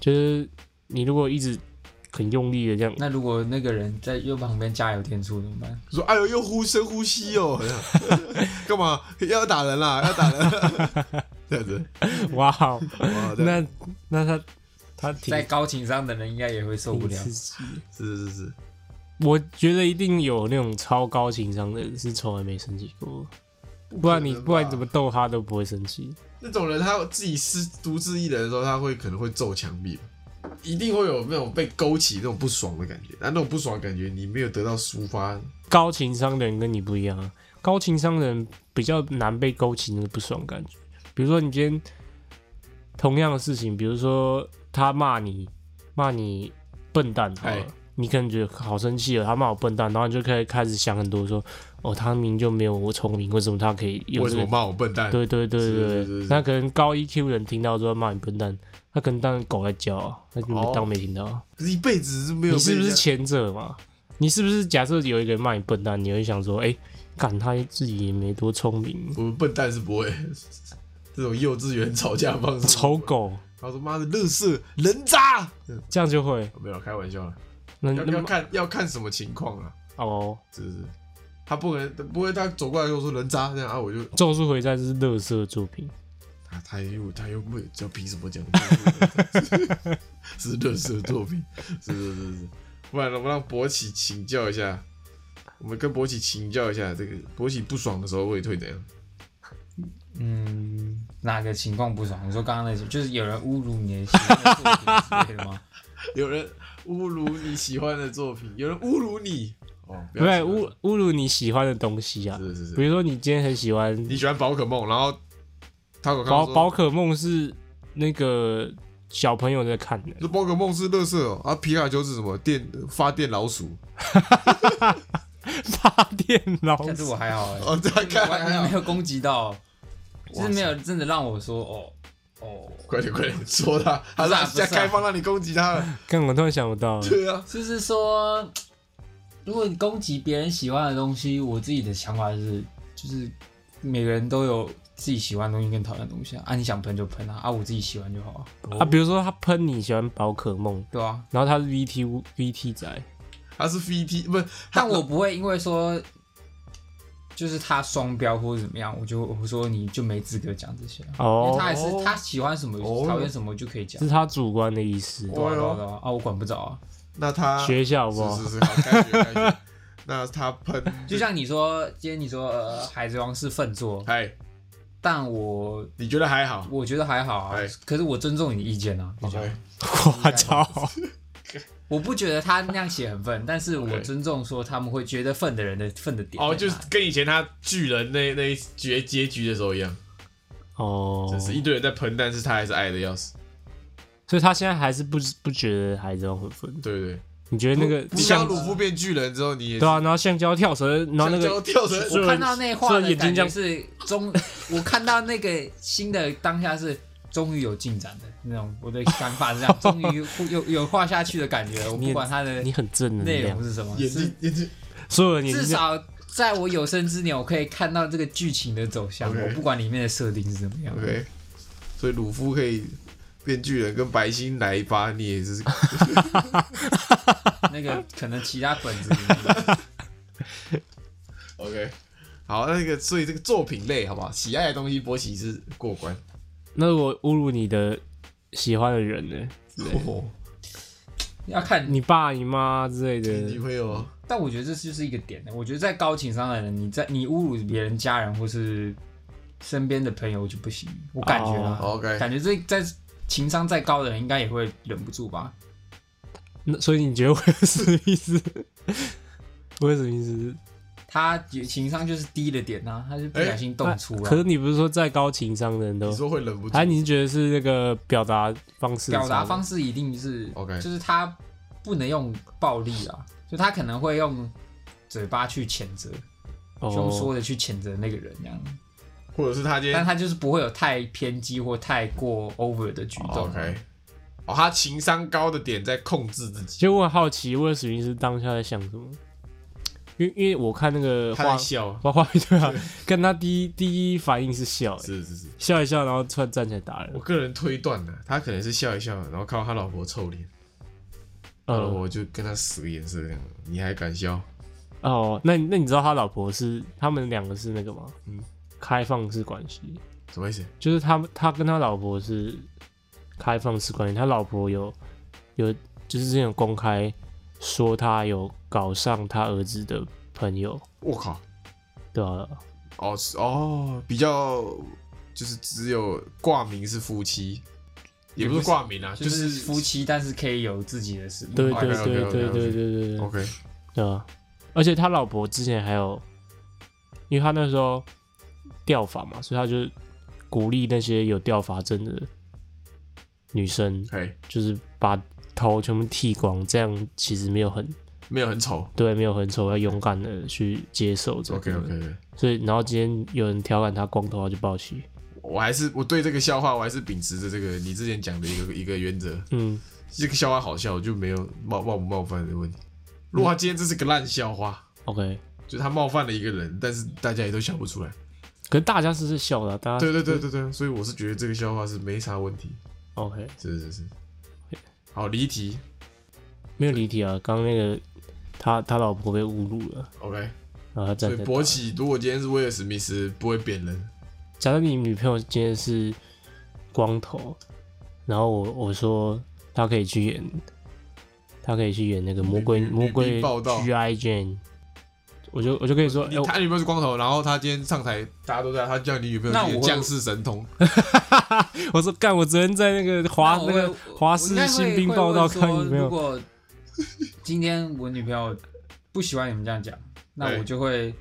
[SPEAKER 3] 就是你如果一直很用力的这样，
[SPEAKER 4] 那如果那个人在右旁边加油添醋怎么办？
[SPEAKER 2] 说哎呦又呼深呼吸 哦，好像干嘛要打人啦，要打人啦， 这样子，
[SPEAKER 3] 哇哦，
[SPEAKER 2] 哇，这样
[SPEAKER 3] 那那他他挺
[SPEAKER 4] 在高情商的人应该也会受不
[SPEAKER 3] 挺
[SPEAKER 4] 了
[SPEAKER 3] 刺。激的。
[SPEAKER 2] 是是是，
[SPEAKER 3] 我觉得一定有那种超高情商的人是从来没生气过，不然你
[SPEAKER 2] 可能吧
[SPEAKER 3] 不然你怎么逗他都不会生气。
[SPEAKER 2] 那种人他自己是独自一人的时候，他会可能会揍墙壁吧，一定会有那种被勾起那种不爽的感觉，但那种不爽的感觉你没有得到抒发，
[SPEAKER 3] 高情商的人跟你不一样啊，高情商的人比较难被勾起那个不爽感觉。比如说你今天同样的事情，比如说他骂你骂你笨蛋好
[SPEAKER 2] 哎
[SPEAKER 3] 了，你可能觉得好生气了，他骂我笨蛋，然后你就可以开始想很多说，哦，他明明就没有我聪明，为什么他可以有
[SPEAKER 2] 为什
[SPEAKER 3] 这
[SPEAKER 2] 么
[SPEAKER 3] 个
[SPEAKER 2] 骂我笨蛋？
[SPEAKER 3] 对对对
[SPEAKER 2] 是
[SPEAKER 3] 对
[SPEAKER 2] 是是
[SPEAKER 3] 对
[SPEAKER 2] 是，
[SPEAKER 3] 那可能高 EQ 人听到之后骂你笨蛋，他可能当狗在叫啊，他就
[SPEAKER 2] 哦
[SPEAKER 3] 当没听到。啊
[SPEAKER 2] 可是一辈子是没有被
[SPEAKER 3] 你是不
[SPEAKER 2] 人家
[SPEAKER 3] 是前者嘛？你是不是假设有一个人骂你笨蛋，你会想说，哎、干他自己也没多聪明，
[SPEAKER 2] 我们笨蛋是不会 这种幼稚园吵架方式。
[SPEAKER 3] 丑狗
[SPEAKER 2] 他说：“妈的，乐色人渣！”
[SPEAKER 3] 这样就会
[SPEAKER 2] 没有开玩笑了，
[SPEAKER 3] 那
[SPEAKER 2] 要
[SPEAKER 3] 嗯那
[SPEAKER 2] 要
[SPEAKER 3] 么
[SPEAKER 2] 看要看什么情况啊，
[SPEAKER 3] 哦，
[SPEAKER 2] 是不是？他不可能不会，他走过来跟我说人渣这样啊，我就
[SPEAKER 3] 《咒术回战》是乐色作品，
[SPEAKER 2] 他他又他又不这凭什么讲这个？ 是乐色作品，是是是是，不然我们让博奇请教一下，我们跟博奇请教一下，这个博奇不爽的时候会会怎样？
[SPEAKER 4] 嗯，哪个情况不爽？你说刚刚那些，就是有人侮辱你的喜 欢的作品之类的吗？
[SPEAKER 2] 有人侮辱你喜欢的作品，有人侮辱你哦，不
[SPEAKER 3] 对
[SPEAKER 2] 要
[SPEAKER 3] 侮侮辱你喜欢的东西啊
[SPEAKER 2] 喜欢，是是是
[SPEAKER 3] 比，如说你今天很喜欢
[SPEAKER 2] 你喜欢宝可梦，然后他有看到
[SPEAKER 3] 宝
[SPEAKER 2] 说
[SPEAKER 3] 宝可梦是那个小朋友在看 的，
[SPEAKER 2] 这宝可梦是乐色哦，啊，皮卡丘是什么电发电老鼠？
[SPEAKER 3] 发电老
[SPEAKER 4] 但是
[SPEAKER 3] 鼠
[SPEAKER 4] 我还好、欸，
[SPEAKER 2] 哦，这样看
[SPEAKER 4] 完
[SPEAKER 2] 还
[SPEAKER 4] 全没
[SPEAKER 2] 好，
[SPEAKER 4] 有攻击到，就是没有真的让我说哦哦，
[SPEAKER 2] 快点快点说他，他
[SPEAKER 4] 是啊
[SPEAKER 2] 让
[SPEAKER 4] 不是
[SPEAKER 2] 现
[SPEAKER 4] 啊
[SPEAKER 2] 在开放让你攻击他了，
[SPEAKER 3] 刚我突然想不到，
[SPEAKER 2] 对啊，
[SPEAKER 4] 就是说，如果你攻击别人喜欢的东西，我自己的想法是，就是每个人都有自己喜欢的东西跟讨厌的东西啊，啊你想喷就喷啊，啊我自己喜欢就好啊，
[SPEAKER 3] 啊，比如说他喷你喜欢宝可梦，
[SPEAKER 4] 对啊，
[SPEAKER 3] 然后他是 VT VT 仔，
[SPEAKER 2] 他是 VT 不是？
[SPEAKER 4] 但我不会因为说。就是他双标或者怎么样，我就我说你就没资格讲这些啊，因为
[SPEAKER 3] 哦
[SPEAKER 4] 他，还是他喜欢什么
[SPEAKER 2] 哦
[SPEAKER 4] 讨厌什么就可以讲
[SPEAKER 3] 这，是他主观的意思。
[SPEAKER 4] 对啊对啊对啊，啊我管不着啊，
[SPEAKER 2] 那他
[SPEAKER 3] 学一下好不好？
[SPEAKER 2] 是是是，好开学开学， 那他喷
[SPEAKER 4] 就像你说，今天你说呃，《海贼王》是粪作，
[SPEAKER 2] 哎，
[SPEAKER 4] 但我
[SPEAKER 2] 你觉得还好？
[SPEAKER 4] 我觉得还好啊
[SPEAKER 2] 哎。
[SPEAKER 4] 可是我尊重你的意见啊，就这样
[SPEAKER 2] OK，
[SPEAKER 3] 我操！
[SPEAKER 4] 我不觉得他那样写很粪，但是我
[SPEAKER 2] OK
[SPEAKER 4] 尊重说他们会觉得粪的人的粪的点在哪。
[SPEAKER 2] 哦，就是跟以前他巨人那那一结结局的时候一样，
[SPEAKER 3] 哦，
[SPEAKER 2] 只是一堆人在喷，但是他还是爱的要死。
[SPEAKER 3] 所以他现在还是不不觉得海贼王很分。
[SPEAKER 2] 对对，
[SPEAKER 3] 你觉得那个
[SPEAKER 2] 你想
[SPEAKER 3] 橡
[SPEAKER 2] 鲁夫变巨人之后，你也
[SPEAKER 3] 对啊，然后橡胶跳绳，然后那个
[SPEAKER 2] 跳绳
[SPEAKER 3] 所有
[SPEAKER 4] 我看到那画
[SPEAKER 3] 所有
[SPEAKER 4] 的
[SPEAKER 3] 眼睛
[SPEAKER 4] 感
[SPEAKER 3] 这
[SPEAKER 4] 觉
[SPEAKER 3] 样
[SPEAKER 4] 是终， 我看到那个新的当下是终于有进展的那种，我的想法是这样，终于有有画下去的感 觉了。我
[SPEAKER 3] 你
[SPEAKER 4] 不管它的
[SPEAKER 3] 你很正能
[SPEAKER 4] 内
[SPEAKER 3] 量
[SPEAKER 4] 容，是什么，
[SPEAKER 2] 眼
[SPEAKER 4] 是
[SPEAKER 2] 睛眼睛
[SPEAKER 3] 所有人眼
[SPEAKER 4] 至
[SPEAKER 3] 睛这样
[SPEAKER 4] 少在我有生之年，我可以看到这个剧情的走向
[SPEAKER 2] OK
[SPEAKER 4] 我不管里面的设定是怎么样。
[SPEAKER 2] OK，所以鲁夫可以变巨人，跟白星来一发，你也是
[SPEAKER 4] 那个可能其他本子里面
[SPEAKER 2] OK。好，那个所以这个作品类好不好？喜爱的东西，波奇是过关。
[SPEAKER 3] 那如果侮辱你的喜欢的人呢？
[SPEAKER 2] 哦，
[SPEAKER 4] 要看你，
[SPEAKER 3] 你爸、你妈之类
[SPEAKER 2] 女
[SPEAKER 3] 的，
[SPEAKER 2] 朋友
[SPEAKER 4] 但我觉得这就是一个点我觉得在高情商的人，你在你侮辱别人家人或是身边的朋友就不行，我感觉啦，
[SPEAKER 2] 哦，OK
[SPEAKER 4] 感觉这在情商再高的人应该也会忍不住吧？
[SPEAKER 3] 那所以你觉得威尔史密 斯，威尔史密斯？
[SPEAKER 4] 他情商就是低的点呐、啊他就不小心动粗了、
[SPEAKER 3] 哎可是你不是说再高情商的人都
[SPEAKER 2] 你，说会忍不住
[SPEAKER 3] 哎，你是觉得是那个表达方式差吗？
[SPEAKER 4] 表达方式一定是
[SPEAKER 2] OK
[SPEAKER 4] 就是他不能用暴力啊，就他可能会用嘴巴去谴责，凶
[SPEAKER 3] 哦，
[SPEAKER 4] 说的去谴责那个人这样，
[SPEAKER 2] 或者是他今
[SPEAKER 4] 但
[SPEAKER 2] 天
[SPEAKER 4] 他就是不会有太偏激或太过 over 的举动。
[SPEAKER 2] OK，哦，他情商高的点在控制自己，
[SPEAKER 3] 其实我很好奇威尔史密斯当下在想什么，因为因为我看那个
[SPEAKER 2] 他
[SPEAKER 3] 画
[SPEAKER 2] 在笑，
[SPEAKER 3] 画画对啊，跟他第一第一反应是笑、欸
[SPEAKER 2] 是是是。
[SPEAKER 3] 笑一笑，然后突然站起来打人
[SPEAKER 2] 我。个人推断呢、啊他可能是笑一笑，然后看到他老婆臭脸，他老
[SPEAKER 3] 呃，
[SPEAKER 2] 婆就跟他使个眼色这样，你还敢笑？
[SPEAKER 3] 哦，那你那你知道他老婆是他们两个是那个吗？
[SPEAKER 2] 嗯
[SPEAKER 3] 开放式关系，
[SPEAKER 2] 什么意思？
[SPEAKER 3] 就是他们他跟他老婆是开放式关系，他老婆有有就是之前有公开说他有搞上他儿子的朋友，
[SPEAKER 2] 我靠！
[SPEAKER 3] 对啊，
[SPEAKER 2] 哦是哦，比较就是只有挂名是夫妻，也不是挂名啊，
[SPEAKER 4] 就
[SPEAKER 2] 就是是
[SPEAKER 4] 夫。妻，但是可以有自己的事。
[SPEAKER 3] 对
[SPEAKER 4] 另外
[SPEAKER 3] 对
[SPEAKER 4] 一个
[SPEAKER 3] 对对对对对对
[SPEAKER 2] OK，
[SPEAKER 3] 对啊！而且他老婆之前还有，因为他那时候掉发嘛，所以他就鼓励那些有掉发症的女生，
[SPEAKER 2] 可以，
[SPEAKER 3] 就是把头全部剃光，这样其实没有很
[SPEAKER 2] 没有很丑。
[SPEAKER 3] 对，没有很丑，要勇敢的去接受这个。
[SPEAKER 2] OK OK，, o k
[SPEAKER 3] 所以，然后今天有人调侃他光头，他就暴起。
[SPEAKER 2] 我还是我对这个笑话，我还是秉持着这个你之前讲的一个一个原则，
[SPEAKER 3] 嗯，
[SPEAKER 2] 这个笑话好笑，就没有冒冒不冒犯的问题。如果他今天这是个烂笑话，
[SPEAKER 3] OK。
[SPEAKER 2] 就他冒犯了一个人，但是大家也都笑不出来。
[SPEAKER 3] 可是大家是是笑的啊、大家
[SPEAKER 2] 对对对对对，所以我是觉得这个笑话是没啥问题。
[SPEAKER 3] ，OK，
[SPEAKER 2] 是是是。好，离题。
[SPEAKER 3] 没有离题啊。刚刚那个他他老婆被侮辱了，
[SPEAKER 2] OK，
[SPEAKER 3] 然后
[SPEAKER 2] 所
[SPEAKER 3] 他站
[SPEAKER 2] 以
[SPEAKER 3] 起来打
[SPEAKER 2] 博起，如果今天是威尔史密斯，不会扁人。
[SPEAKER 3] 假如你女朋友今天是光头，然后我我说她可以去演，她可以去演那个魔鬼
[SPEAKER 2] 女女
[SPEAKER 3] 魔
[SPEAKER 2] 女
[SPEAKER 3] 鬼
[SPEAKER 2] 兵报道
[SPEAKER 3] G I Jane，我就我就跟你说，哎、
[SPEAKER 2] 你他女朋友是光头，然后他今天上台，大家都在，他叫你女朋友去
[SPEAKER 4] 那我
[SPEAKER 2] 演
[SPEAKER 4] 会
[SPEAKER 2] 降世神童，
[SPEAKER 3] 我我说干，我昨天在那个华
[SPEAKER 4] 那我
[SPEAKER 3] 那
[SPEAKER 4] 会
[SPEAKER 3] 个华
[SPEAKER 4] 我应
[SPEAKER 3] 视
[SPEAKER 4] 该会
[SPEAKER 3] 新兵报道
[SPEAKER 4] 会
[SPEAKER 3] 看
[SPEAKER 4] 问说
[SPEAKER 3] 有没
[SPEAKER 4] 如
[SPEAKER 3] 有，
[SPEAKER 4] 果今天我女朋友不喜欢你们这样讲，那
[SPEAKER 2] 对
[SPEAKER 4] 我就会，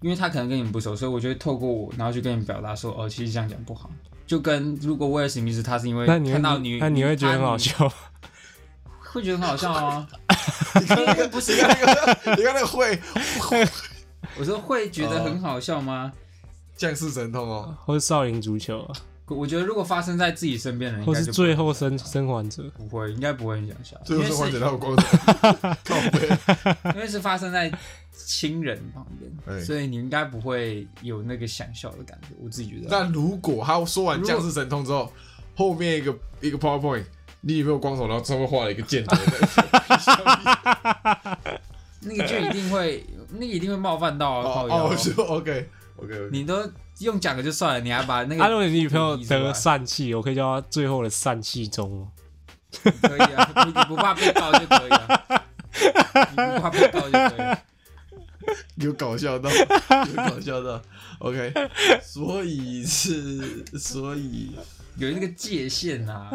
[SPEAKER 4] 因为她可能跟你们不熟，所以我就会透过我，然后去跟你们表达说，哦，其实这样讲不好。就跟如果威尔史密斯他是因为
[SPEAKER 3] 那你会
[SPEAKER 4] 看到女，
[SPEAKER 3] 那你会觉得很好
[SPEAKER 4] 他，
[SPEAKER 3] 笑吗？
[SPEAKER 4] 会觉得很好笑啊。
[SPEAKER 2] 你看那个不 是，你看那个，你看那个会
[SPEAKER 4] 我说会觉得很好笑吗？
[SPEAKER 2] 降世神通哦，
[SPEAKER 3] 或是少林足球啊，
[SPEAKER 4] 我觉得如果发生在自己身边的人，
[SPEAKER 3] 或
[SPEAKER 4] 应该
[SPEAKER 3] 是
[SPEAKER 4] 就
[SPEAKER 3] 最后生生还者，
[SPEAKER 4] 不会，应该不会很想笑，
[SPEAKER 2] 最后
[SPEAKER 4] 因为
[SPEAKER 2] 是
[SPEAKER 4] 是
[SPEAKER 2] 幻觉到光 的，靠背。
[SPEAKER 4] 因为是发生在亲人旁边，
[SPEAKER 2] 哎
[SPEAKER 4] 所以你应该不会有那个想笑的感觉。我自己觉得，
[SPEAKER 2] 那如果他说完降世神通之后，后面一个一个 PowerPoint，你女朋友光头，然后上面画了一个 箭头，
[SPEAKER 4] 那个就一定会，那个一定会冒犯到啊！
[SPEAKER 2] 哦
[SPEAKER 4] 靠腰
[SPEAKER 2] 哦，我说 OK OK，
[SPEAKER 4] 你都用讲的就算了，你还把那
[SPEAKER 3] 啊，如
[SPEAKER 4] 个
[SPEAKER 3] 果你女朋友
[SPEAKER 4] 你意思吧
[SPEAKER 3] 得疝气，我可以叫她最后的疝气中哦。
[SPEAKER 4] 可以啊，你你不怕被告就可以了，你不怕被告就可以啊了。
[SPEAKER 2] 有搞笑 到，有搞笑到，OK，所以是所以
[SPEAKER 4] 有那个界限啊，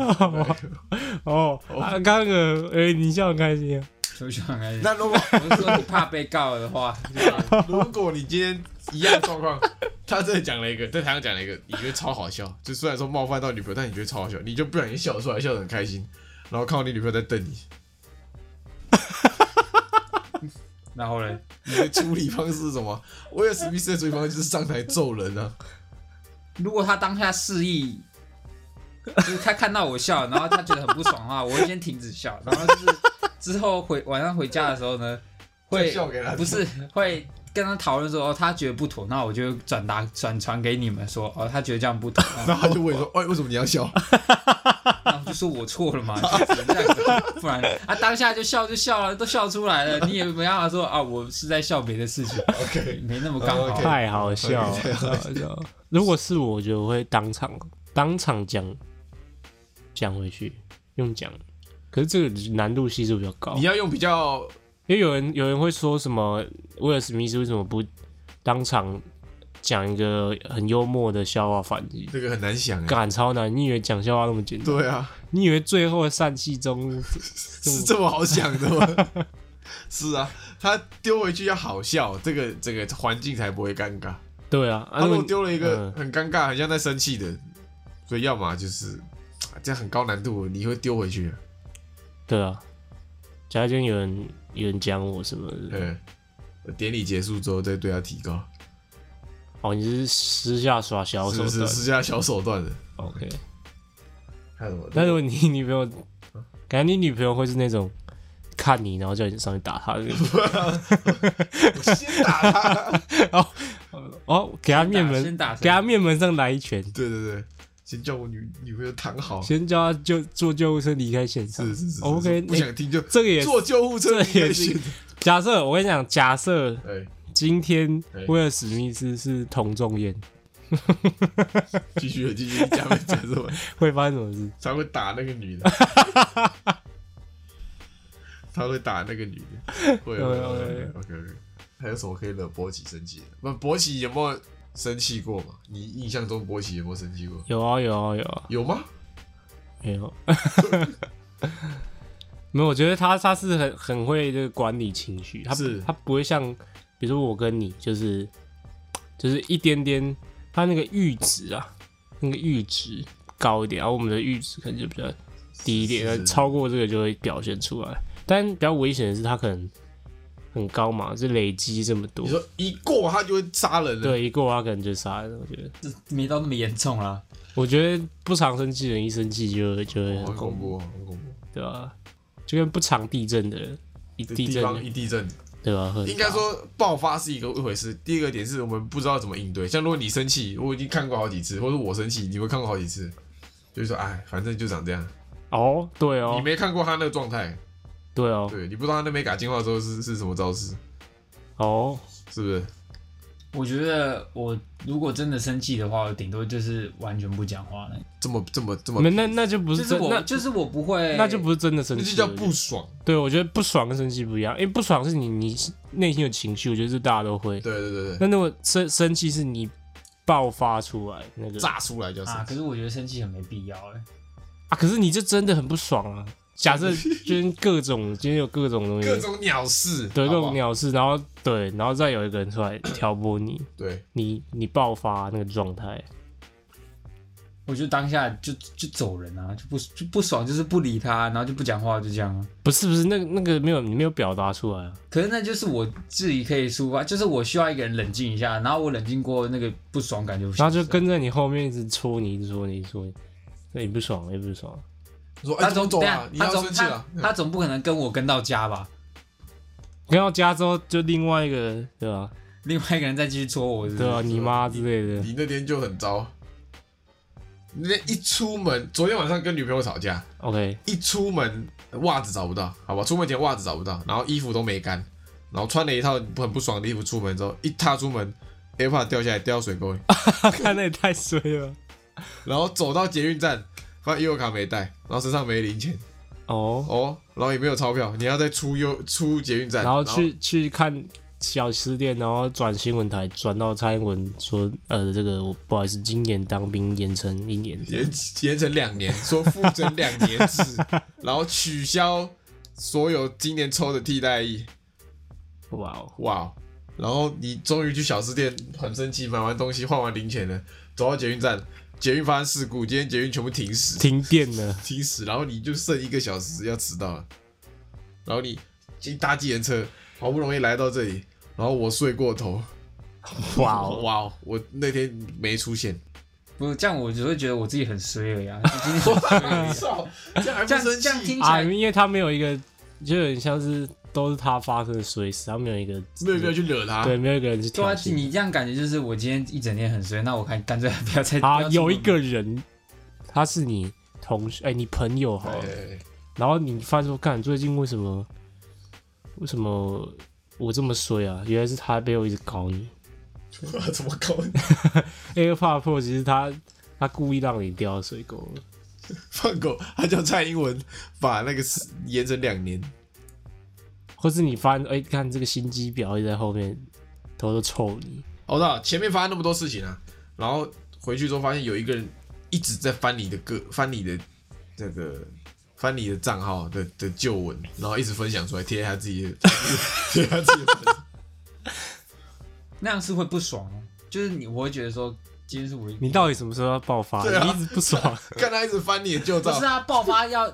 [SPEAKER 3] 哦，啊刚刚那个，哎，你笑很开心啊。
[SPEAKER 4] 我就很开心。
[SPEAKER 2] 那如果
[SPEAKER 4] 我是说你怕被告的话，就是
[SPEAKER 2] 如果你今天一样的状况，他真的讲了一个，在台上讲了一个，你觉得超好笑，就虽然说冒犯到女朋友，但你觉得超好笑，你就不小心笑出来，笑得很开心，然后看到你女朋友在瞪你，
[SPEAKER 4] 然后嘞，
[SPEAKER 2] 你的处理方式是什么？威尔史密斯的处理方式就是上台揍人啊，
[SPEAKER 4] 如果他当下示意，就是他看到我笑，然后他觉得很不爽的话，我会先停止笑，然后就是之后回晚上回家的时候 呢，
[SPEAKER 2] 再
[SPEAKER 4] 会
[SPEAKER 2] 笑给他听
[SPEAKER 4] 不是会跟他讨论说哦，他觉得不妥，那我就转达转传给你们说哦，他觉得这样不妥，
[SPEAKER 2] 然后他就问你说，哎，为什么你要笑？
[SPEAKER 4] 然后就说我错了嘛， 就只能这样子，不然啊当下就笑就笑了，都笑出来了，你也没办法说啊，我是在笑别的事情
[SPEAKER 2] OK 哦
[SPEAKER 4] 没那么刚好。
[SPEAKER 2] OK
[SPEAKER 3] 太好笑了，
[SPEAKER 2] 太
[SPEAKER 3] 太
[SPEAKER 2] 好
[SPEAKER 3] 好笑了。如果是我，我觉得我会当场当场讲讲回去，用讲。可是这个难度系数比较高
[SPEAKER 2] 你，要用比较
[SPEAKER 3] 因为有人有人会说什么威尔史密斯为什么不当场讲一个很幽默的笑话反击？
[SPEAKER 2] 这个很难想哎，
[SPEAKER 3] 干超难！你以为讲笑话那么简单？
[SPEAKER 2] 对啊，
[SPEAKER 3] 你以为最后的散气中
[SPEAKER 2] 是这么好想的吗？ 是啊，他丢回去要好笑，这个整个环境才不会尴尬。
[SPEAKER 3] 对啊，啊
[SPEAKER 2] 他如
[SPEAKER 3] 如
[SPEAKER 2] 果
[SPEAKER 3] 果
[SPEAKER 2] 丢了一个
[SPEAKER 3] 嗯
[SPEAKER 2] 很尴尬、很像在生气的，所以要么就是啊这样很高难度，你会丢回去。
[SPEAKER 3] 对啊，假如今天有人有人讲我什么的，
[SPEAKER 2] 嗯，典礼结束之后再对他提高，
[SPEAKER 3] 哦，你是私下耍小
[SPEAKER 2] 是
[SPEAKER 3] 手
[SPEAKER 2] 不
[SPEAKER 3] 段
[SPEAKER 2] 是施加小手段的？
[SPEAKER 3] o k
[SPEAKER 2] 还有什么？
[SPEAKER 3] 但如果
[SPEAKER 2] 嗯
[SPEAKER 3] 你女朋友，感觉你女朋友会是那种看你，然后叫你上去打她的那种，
[SPEAKER 2] 我先打 他。
[SPEAKER 3] 哦，给她面
[SPEAKER 4] 先
[SPEAKER 3] 门，
[SPEAKER 4] 打，
[SPEAKER 3] 给她面门上来一拳，
[SPEAKER 2] 对对对，先叫我女女朋友躺好。
[SPEAKER 3] 先叫她救坐救护车离开现场。
[SPEAKER 2] 是是是
[SPEAKER 3] o
[SPEAKER 2] 是
[SPEAKER 3] k
[SPEAKER 2] 不想听就
[SPEAKER 3] 哎这个也是
[SPEAKER 2] 坐救护车
[SPEAKER 3] 这也
[SPEAKER 2] 也
[SPEAKER 3] 是
[SPEAKER 2] 行。
[SPEAKER 3] 假设我跟你讲，假设
[SPEAKER 2] 哎，
[SPEAKER 3] 今天
[SPEAKER 2] 对
[SPEAKER 3] 威尔史密斯是童仲彦，
[SPEAKER 2] 继续继续，讲讲什么？
[SPEAKER 3] 会发生什么事？
[SPEAKER 2] 他会打那个女的，他会打那个女的，会会
[SPEAKER 3] 有
[SPEAKER 2] 会
[SPEAKER 3] 有有
[SPEAKER 2] 会 OK OK。还有什么可以惹博奇生气的？不，博奇有没有生气过嘛？你印象中博奇有没有生气过？
[SPEAKER 3] 有啊有啊有啊，
[SPEAKER 2] 有吗？
[SPEAKER 3] 没有。 没有，我觉得他他是很很会这个管理情绪，他不
[SPEAKER 2] 是
[SPEAKER 3] 他不会像，比如说我跟你，就是就是一点点，他那个阈值啊，那个阈值高一点，然后我们的阈值可能就比较低一点，
[SPEAKER 2] 是是
[SPEAKER 3] 超过这个就会表现出来。但比较危险的是，他可能很高嘛，就累积这么多
[SPEAKER 2] 你，说一过他就会杀人了，，
[SPEAKER 3] 对，一过他可能就杀人了。我觉得，
[SPEAKER 4] 没到那么严重啦。
[SPEAKER 3] 我觉得不常生气的人一生气就会就会
[SPEAKER 2] 很
[SPEAKER 3] 很恐
[SPEAKER 2] 恐
[SPEAKER 3] 怖，
[SPEAKER 2] 怖，哦，很恐怖。
[SPEAKER 3] 对吧、就跟不常地震的人一
[SPEAKER 2] 这
[SPEAKER 3] 地
[SPEAKER 2] 地
[SPEAKER 3] 震，
[SPEAKER 2] 方一地震，
[SPEAKER 3] 对吧、很
[SPEAKER 2] 应该
[SPEAKER 3] 大
[SPEAKER 2] 说爆发是一个一回事。第二个点是我们不知道怎么应对。像如果你生气，我已经看过好几次，或者我生气，你们看过好几次，就是说，哎，反正就长这样。
[SPEAKER 3] 哦，对
[SPEAKER 2] 你
[SPEAKER 3] 哦，
[SPEAKER 2] 没看过他那个状态，
[SPEAKER 3] 对哦，
[SPEAKER 2] 对你不知道他那美嘎进化之后是是什么招式，
[SPEAKER 3] 哦，
[SPEAKER 2] 是不是？
[SPEAKER 4] 我觉得我如果真的生气的话，我顶多就是完全不讲话了。
[SPEAKER 2] 这么这么这么，
[SPEAKER 3] 没那那就不
[SPEAKER 4] 就是是
[SPEAKER 3] 真，
[SPEAKER 4] 我，
[SPEAKER 3] 那
[SPEAKER 4] 就是我不会，
[SPEAKER 3] 那就不是真的生
[SPEAKER 2] 哎那
[SPEAKER 3] 气
[SPEAKER 2] 就叫
[SPEAKER 3] 了，
[SPEAKER 2] 不爽。
[SPEAKER 3] 对，我觉得不爽跟生气不一样，因为不爽是你你内心有情绪，我觉得这大家都会。
[SPEAKER 2] 对对对对，
[SPEAKER 3] 那如果生生气是你爆发出来那个
[SPEAKER 2] 炸出来叫
[SPEAKER 4] 啊。
[SPEAKER 2] 啥
[SPEAKER 4] 可？是我觉得生气很没必要哎、
[SPEAKER 3] 啊，可是你就真的很不爽啊。假设今天各种今天有各种东西，
[SPEAKER 2] 各种鸟事，
[SPEAKER 3] 对
[SPEAKER 2] 好
[SPEAKER 3] 各
[SPEAKER 2] 不好
[SPEAKER 3] 种鸟事，然后对，然后再有一个人出来挑拨你，
[SPEAKER 2] 对，
[SPEAKER 3] 你你爆发那个状态，
[SPEAKER 4] 我就当下就就走人啊，就不就不爽，就是不理他，然后就不讲话，就这样啊。
[SPEAKER 3] 不是不是，那个那个没有你没有表达出来啊。
[SPEAKER 4] 可是那就是我自己可以抒发，就是我需要一个人冷静一下，然后我冷静过后那个不爽感就
[SPEAKER 3] 然后就
[SPEAKER 4] 消失
[SPEAKER 3] 跟在你后面一直戳你，一直戳你，一直戳你，那也不爽，也不爽。
[SPEAKER 2] 我说哎，
[SPEAKER 4] 他
[SPEAKER 2] 怎么走
[SPEAKER 4] 总等下
[SPEAKER 2] 啊？你
[SPEAKER 4] 他
[SPEAKER 2] 要
[SPEAKER 4] 总
[SPEAKER 2] 生气
[SPEAKER 4] 他
[SPEAKER 2] 了？
[SPEAKER 4] 他总不可能跟我跟到家吧？
[SPEAKER 3] 跟到家之后，就另外一个，对吧、
[SPEAKER 4] 另外一个人再继续戳我是不是
[SPEAKER 3] 对吧、你妈之类 的，
[SPEAKER 2] 你那天就很糟。你那一出门，昨天晚上跟女朋友吵架，
[SPEAKER 3] OK，
[SPEAKER 2] 一出门袜子找不到，好吧，出门前袜子找不到，然后衣服都没干，然后穿了一套很不爽的衣服出门之后，一踏出门，AirPod 掉下来掉到水沟里，
[SPEAKER 3] 他看那也太衰了。
[SPEAKER 2] 然后走到捷运站，发现悠游卡没带，然后身上没零钱，
[SPEAKER 3] 哦，
[SPEAKER 2] 哦，然后也没有钞票，你要再出悠出捷运站，
[SPEAKER 3] 然后去去看小吃店，然后转新闻台，转到蔡英文说，呃，这个我不好意思，今年当兵延成一年。
[SPEAKER 2] 延延成两年，说复征两 年制，然后取消所有今年抽的替代役，
[SPEAKER 3] 哇哦，
[SPEAKER 2] 哇、哦！然后你终于去小吃店，很生气，买完东西换完零钱了，走到捷运站，捷运发生事故，今天捷运全部停驶，
[SPEAKER 3] 停电了，
[SPEAKER 2] 停驶，然后你就剩一个小时要迟到了，然后你一搭计程车，好不容易来到这里，然后我睡过头，
[SPEAKER 3] 哇
[SPEAKER 2] 哦
[SPEAKER 3] 哦，
[SPEAKER 2] 哇哦！我那天没出现，
[SPEAKER 4] 不这样，我只会觉得我自己很衰而已啊。已 经很衰了
[SPEAKER 2] 操， 这样还不
[SPEAKER 4] 这样
[SPEAKER 2] 生
[SPEAKER 4] 这样
[SPEAKER 2] 气？哎
[SPEAKER 4] 听起
[SPEAKER 3] 啊，
[SPEAKER 4] 来，
[SPEAKER 3] 因为他没有一个，就有点像是都是他发生的衰事，他没有一个，
[SPEAKER 2] 没有必要去惹他，
[SPEAKER 3] 对，没有一个人去
[SPEAKER 4] 对
[SPEAKER 3] 挑
[SPEAKER 4] 啊，
[SPEAKER 3] 衅。
[SPEAKER 4] 你这样感觉就是我今天一整天很衰，那我看干脆不要
[SPEAKER 3] 啊
[SPEAKER 4] 再不要，出门
[SPEAKER 3] 有一个人，他是你同学，哎、你朋友好
[SPEAKER 2] 哎，
[SPEAKER 3] 了
[SPEAKER 2] 哎哎
[SPEAKER 3] 然后你发现说，干，最近为什么，为什么我这么衰啊？原来是他背后一直搞 你。
[SPEAKER 2] 我哎 怎么搞？
[SPEAKER 3] AirPod Pro 其实他他故意让你掉到水沟了。
[SPEAKER 2] 放狗，他叫蔡英文把那个时延成两年，
[SPEAKER 3] 或是你发现，哎、看这个心机婊一直在后面偷偷臭你，
[SPEAKER 2] 哦我知道前面发生那么多事情啊，然后回去之后发现有一个人一直在翻你的个翻你的那个翻你的账号的的旧文，然后一直分享出来贴他自己的 贴他自己的粉丝，
[SPEAKER 4] 那样是会不爽哦。就是你，我会觉得说，今天是我一
[SPEAKER 3] 你到底什么时候要爆发？
[SPEAKER 2] 对啊
[SPEAKER 3] 你一直不 爽。
[SPEAKER 2] 看他一直翻你的旧
[SPEAKER 4] 不
[SPEAKER 2] 照
[SPEAKER 4] 是，啊，爆发要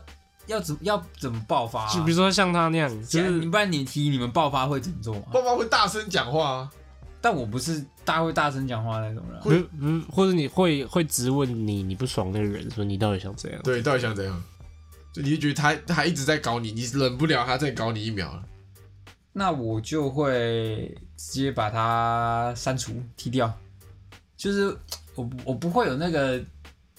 [SPEAKER 4] 要怎要怎么爆发、啊？
[SPEAKER 3] 就比如说像他那样，就
[SPEAKER 4] 你
[SPEAKER 3] 是
[SPEAKER 4] 不然你提你们爆发会怎么做嘛？
[SPEAKER 2] 爸爸会大声讲话啊，
[SPEAKER 4] 但我不是大会大声讲话那种人啊，
[SPEAKER 3] 不不，或者你会会质问你你不爽那个人，说你到底想怎样？
[SPEAKER 2] 对，到底想怎样？就你就觉得他他一直在搞你，你忍不了他再搞你一秒了，
[SPEAKER 4] 那我就会直接把它删除踢掉。就是我不我不会有那个，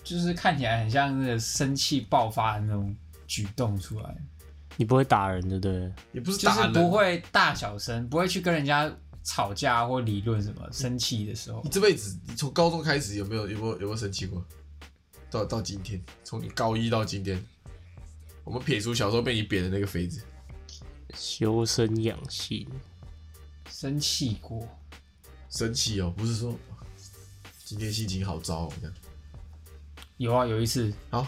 [SPEAKER 4] 就是看起来很像那个生气爆发的那种举动出来，
[SPEAKER 3] 你不会打人，对不对？
[SPEAKER 2] 也不是
[SPEAKER 4] 就
[SPEAKER 2] 打
[SPEAKER 4] 是
[SPEAKER 2] 人，啊
[SPEAKER 4] 不会大小声，不会去跟人家吵架或理论什么。生气的时候
[SPEAKER 2] 你，这辈子，你从高中开始有没有有没有有没有生气过？到到今天，从你高一到今天，我们撇除小时候被你扁的那个肥子，
[SPEAKER 3] 修身养性，
[SPEAKER 4] 生气过，
[SPEAKER 2] 生气哦，不是说今天心情好糟、哦、这样。
[SPEAKER 4] 有啊，有一次，
[SPEAKER 2] 好，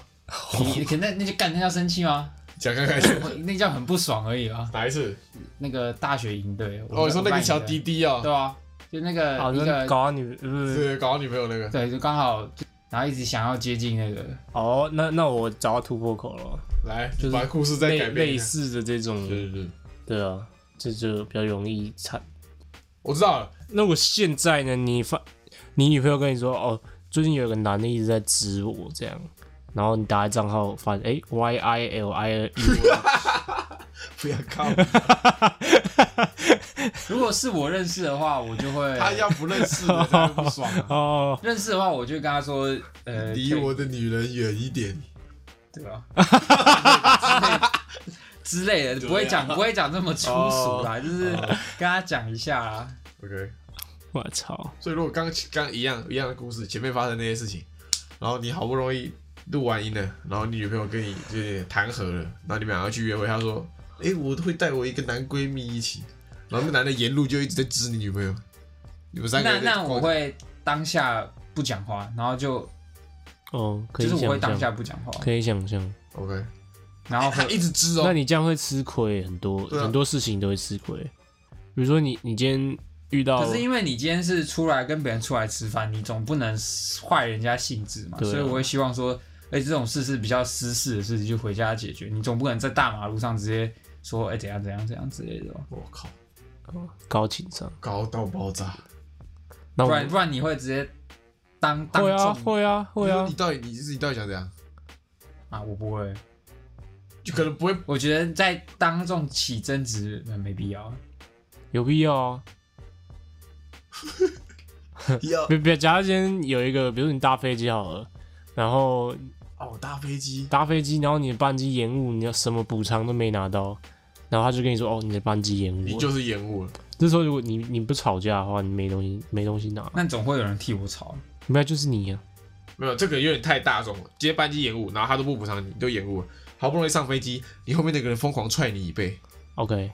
[SPEAKER 4] 你可那那就干那叫生气吗？
[SPEAKER 2] 讲看看
[SPEAKER 4] 那叫很不爽而已啊。
[SPEAKER 2] 哪一次？
[SPEAKER 4] 那个大学营队，我
[SPEAKER 2] 哦，你说那个小滴
[SPEAKER 4] 弟，
[SPEAKER 2] 滴啊、
[SPEAKER 4] 对啊，就那个
[SPEAKER 3] 好
[SPEAKER 4] 一
[SPEAKER 3] 像
[SPEAKER 4] 个
[SPEAKER 3] 搞到你，不是
[SPEAKER 2] 是搞女朋友那个，
[SPEAKER 4] 对，就刚好，然后一直想要接近那个，
[SPEAKER 3] 哦，那那我找到突破口了，
[SPEAKER 2] 来，
[SPEAKER 3] 就是
[SPEAKER 2] 把故事再
[SPEAKER 3] 类
[SPEAKER 2] 改变
[SPEAKER 3] 类
[SPEAKER 2] 一下。
[SPEAKER 3] 似的这种，
[SPEAKER 2] 对对对，
[SPEAKER 3] 对啊，这就比较容易产。
[SPEAKER 2] 我知道了，
[SPEAKER 3] 那我现在呢？你发，你女朋友跟你说，哦，最近有个男的一直在指我这样，然后你打开账号发现，哎、y I L I L E，
[SPEAKER 2] 不要靠，
[SPEAKER 4] 如果是我认识的话，我就会
[SPEAKER 2] 他要不认识的才会不爽、 啊。
[SPEAKER 3] 哦，
[SPEAKER 4] 认识的话，我就跟他说，呃，
[SPEAKER 2] 离
[SPEAKER 4] 可以
[SPEAKER 2] 我的女人远一点。
[SPEAKER 4] 对吧？
[SPEAKER 2] 啊
[SPEAKER 4] 之类的，不会讲不会讲这么粗俗
[SPEAKER 2] 哦
[SPEAKER 4] 啦，就是跟他讲一下啦。
[SPEAKER 2] OK。
[SPEAKER 3] 我操，
[SPEAKER 2] 所以如果刚刚一样一样的故事，前面发生那些事情，然后你好不容易录完音了，然后你女朋友跟你就是谈和了，然后你们俩要去约会，她说：“诶，我会带我一个男闺蜜一起。”然后那男的沿路就一直在指你女朋友，你们三个
[SPEAKER 4] 那
[SPEAKER 2] 人在
[SPEAKER 4] 那我会当下不讲话，然后就
[SPEAKER 3] 哦，可以
[SPEAKER 4] 就是我会
[SPEAKER 3] 想
[SPEAKER 4] 当下
[SPEAKER 3] 象，
[SPEAKER 4] 不讲话，
[SPEAKER 3] 可以想象。
[SPEAKER 2] OK，
[SPEAKER 4] 然后
[SPEAKER 2] 他
[SPEAKER 4] 会
[SPEAKER 2] 一直指哦
[SPEAKER 3] 那，你这样会吃亏，很多、
[SPEAKER 2] 对啊
[SPEAKER 3] 很多事情都会吃亏。比如说你你今天遇到
[SPEAKER 4] 可是因为你今天是出来跟别人出来吃饭，你总不能坏人家兴致嘛，
[SPEAKER 3] 对啊
[SPEAKER 4] 所以我会希望说，哎、这种事是比较私事的事情，就回家解决。你总不能在大马路上直接说，哎、怎样怎样怎样之类的吧，
[SPEAKER 2] 我靠，
[SPEAKER 3] 高情商，
[SPEAKER 2] 高到爆炸！
[SPEAKER 3] 那
[SPEAKER 4] 不
[SPEAKER 3] 我
[SPEAKER 4] 然不然你会直接当当
[SPEAKER 3] 会啊
[SPEAKER 4] 众
[SPEAKER 3] 会啊会啊
[SPEAKER 2] 你，到底你自己到底想怎样？
[SPEAKER 4] 啊，我不会，
[SPEAKER 2] 就可能不会
[SPEAKER 4] 我觉得在当众起争执那没必要。
[SPEAKER 3] 有必要啊。
[SPEAKER 2] 要
[SPEAKER 3] 比比，假如今天有一个，比如你搭飞机好了，然后
[SPEAKER 2] 哦搭飞机，
[SPEAKER 3] 搭飞机，然后你的班机延误，你要什么补偿都没拿到，然后他就跟你说，哦，你的班机延误
[SPEAKER 2] 你
[SPEAKER 3] 了。
[SPEAKER 2] 就是延误了。
[SPEAKER 3] 这时候如果你你不吵架的话，你没东西没东西拿，
[SPEAKER 4] 那总会有人替我吵，
[SPEAKER 3] 没有就是你啊，
[SPEAKER 2] 没有，这个有点太大众了。今天班机延误，然后他都不补偿你，你都延误了。好不容易上飞机，你后面那个人疯狂踹你椅背，
[SPEAKER 3] OK，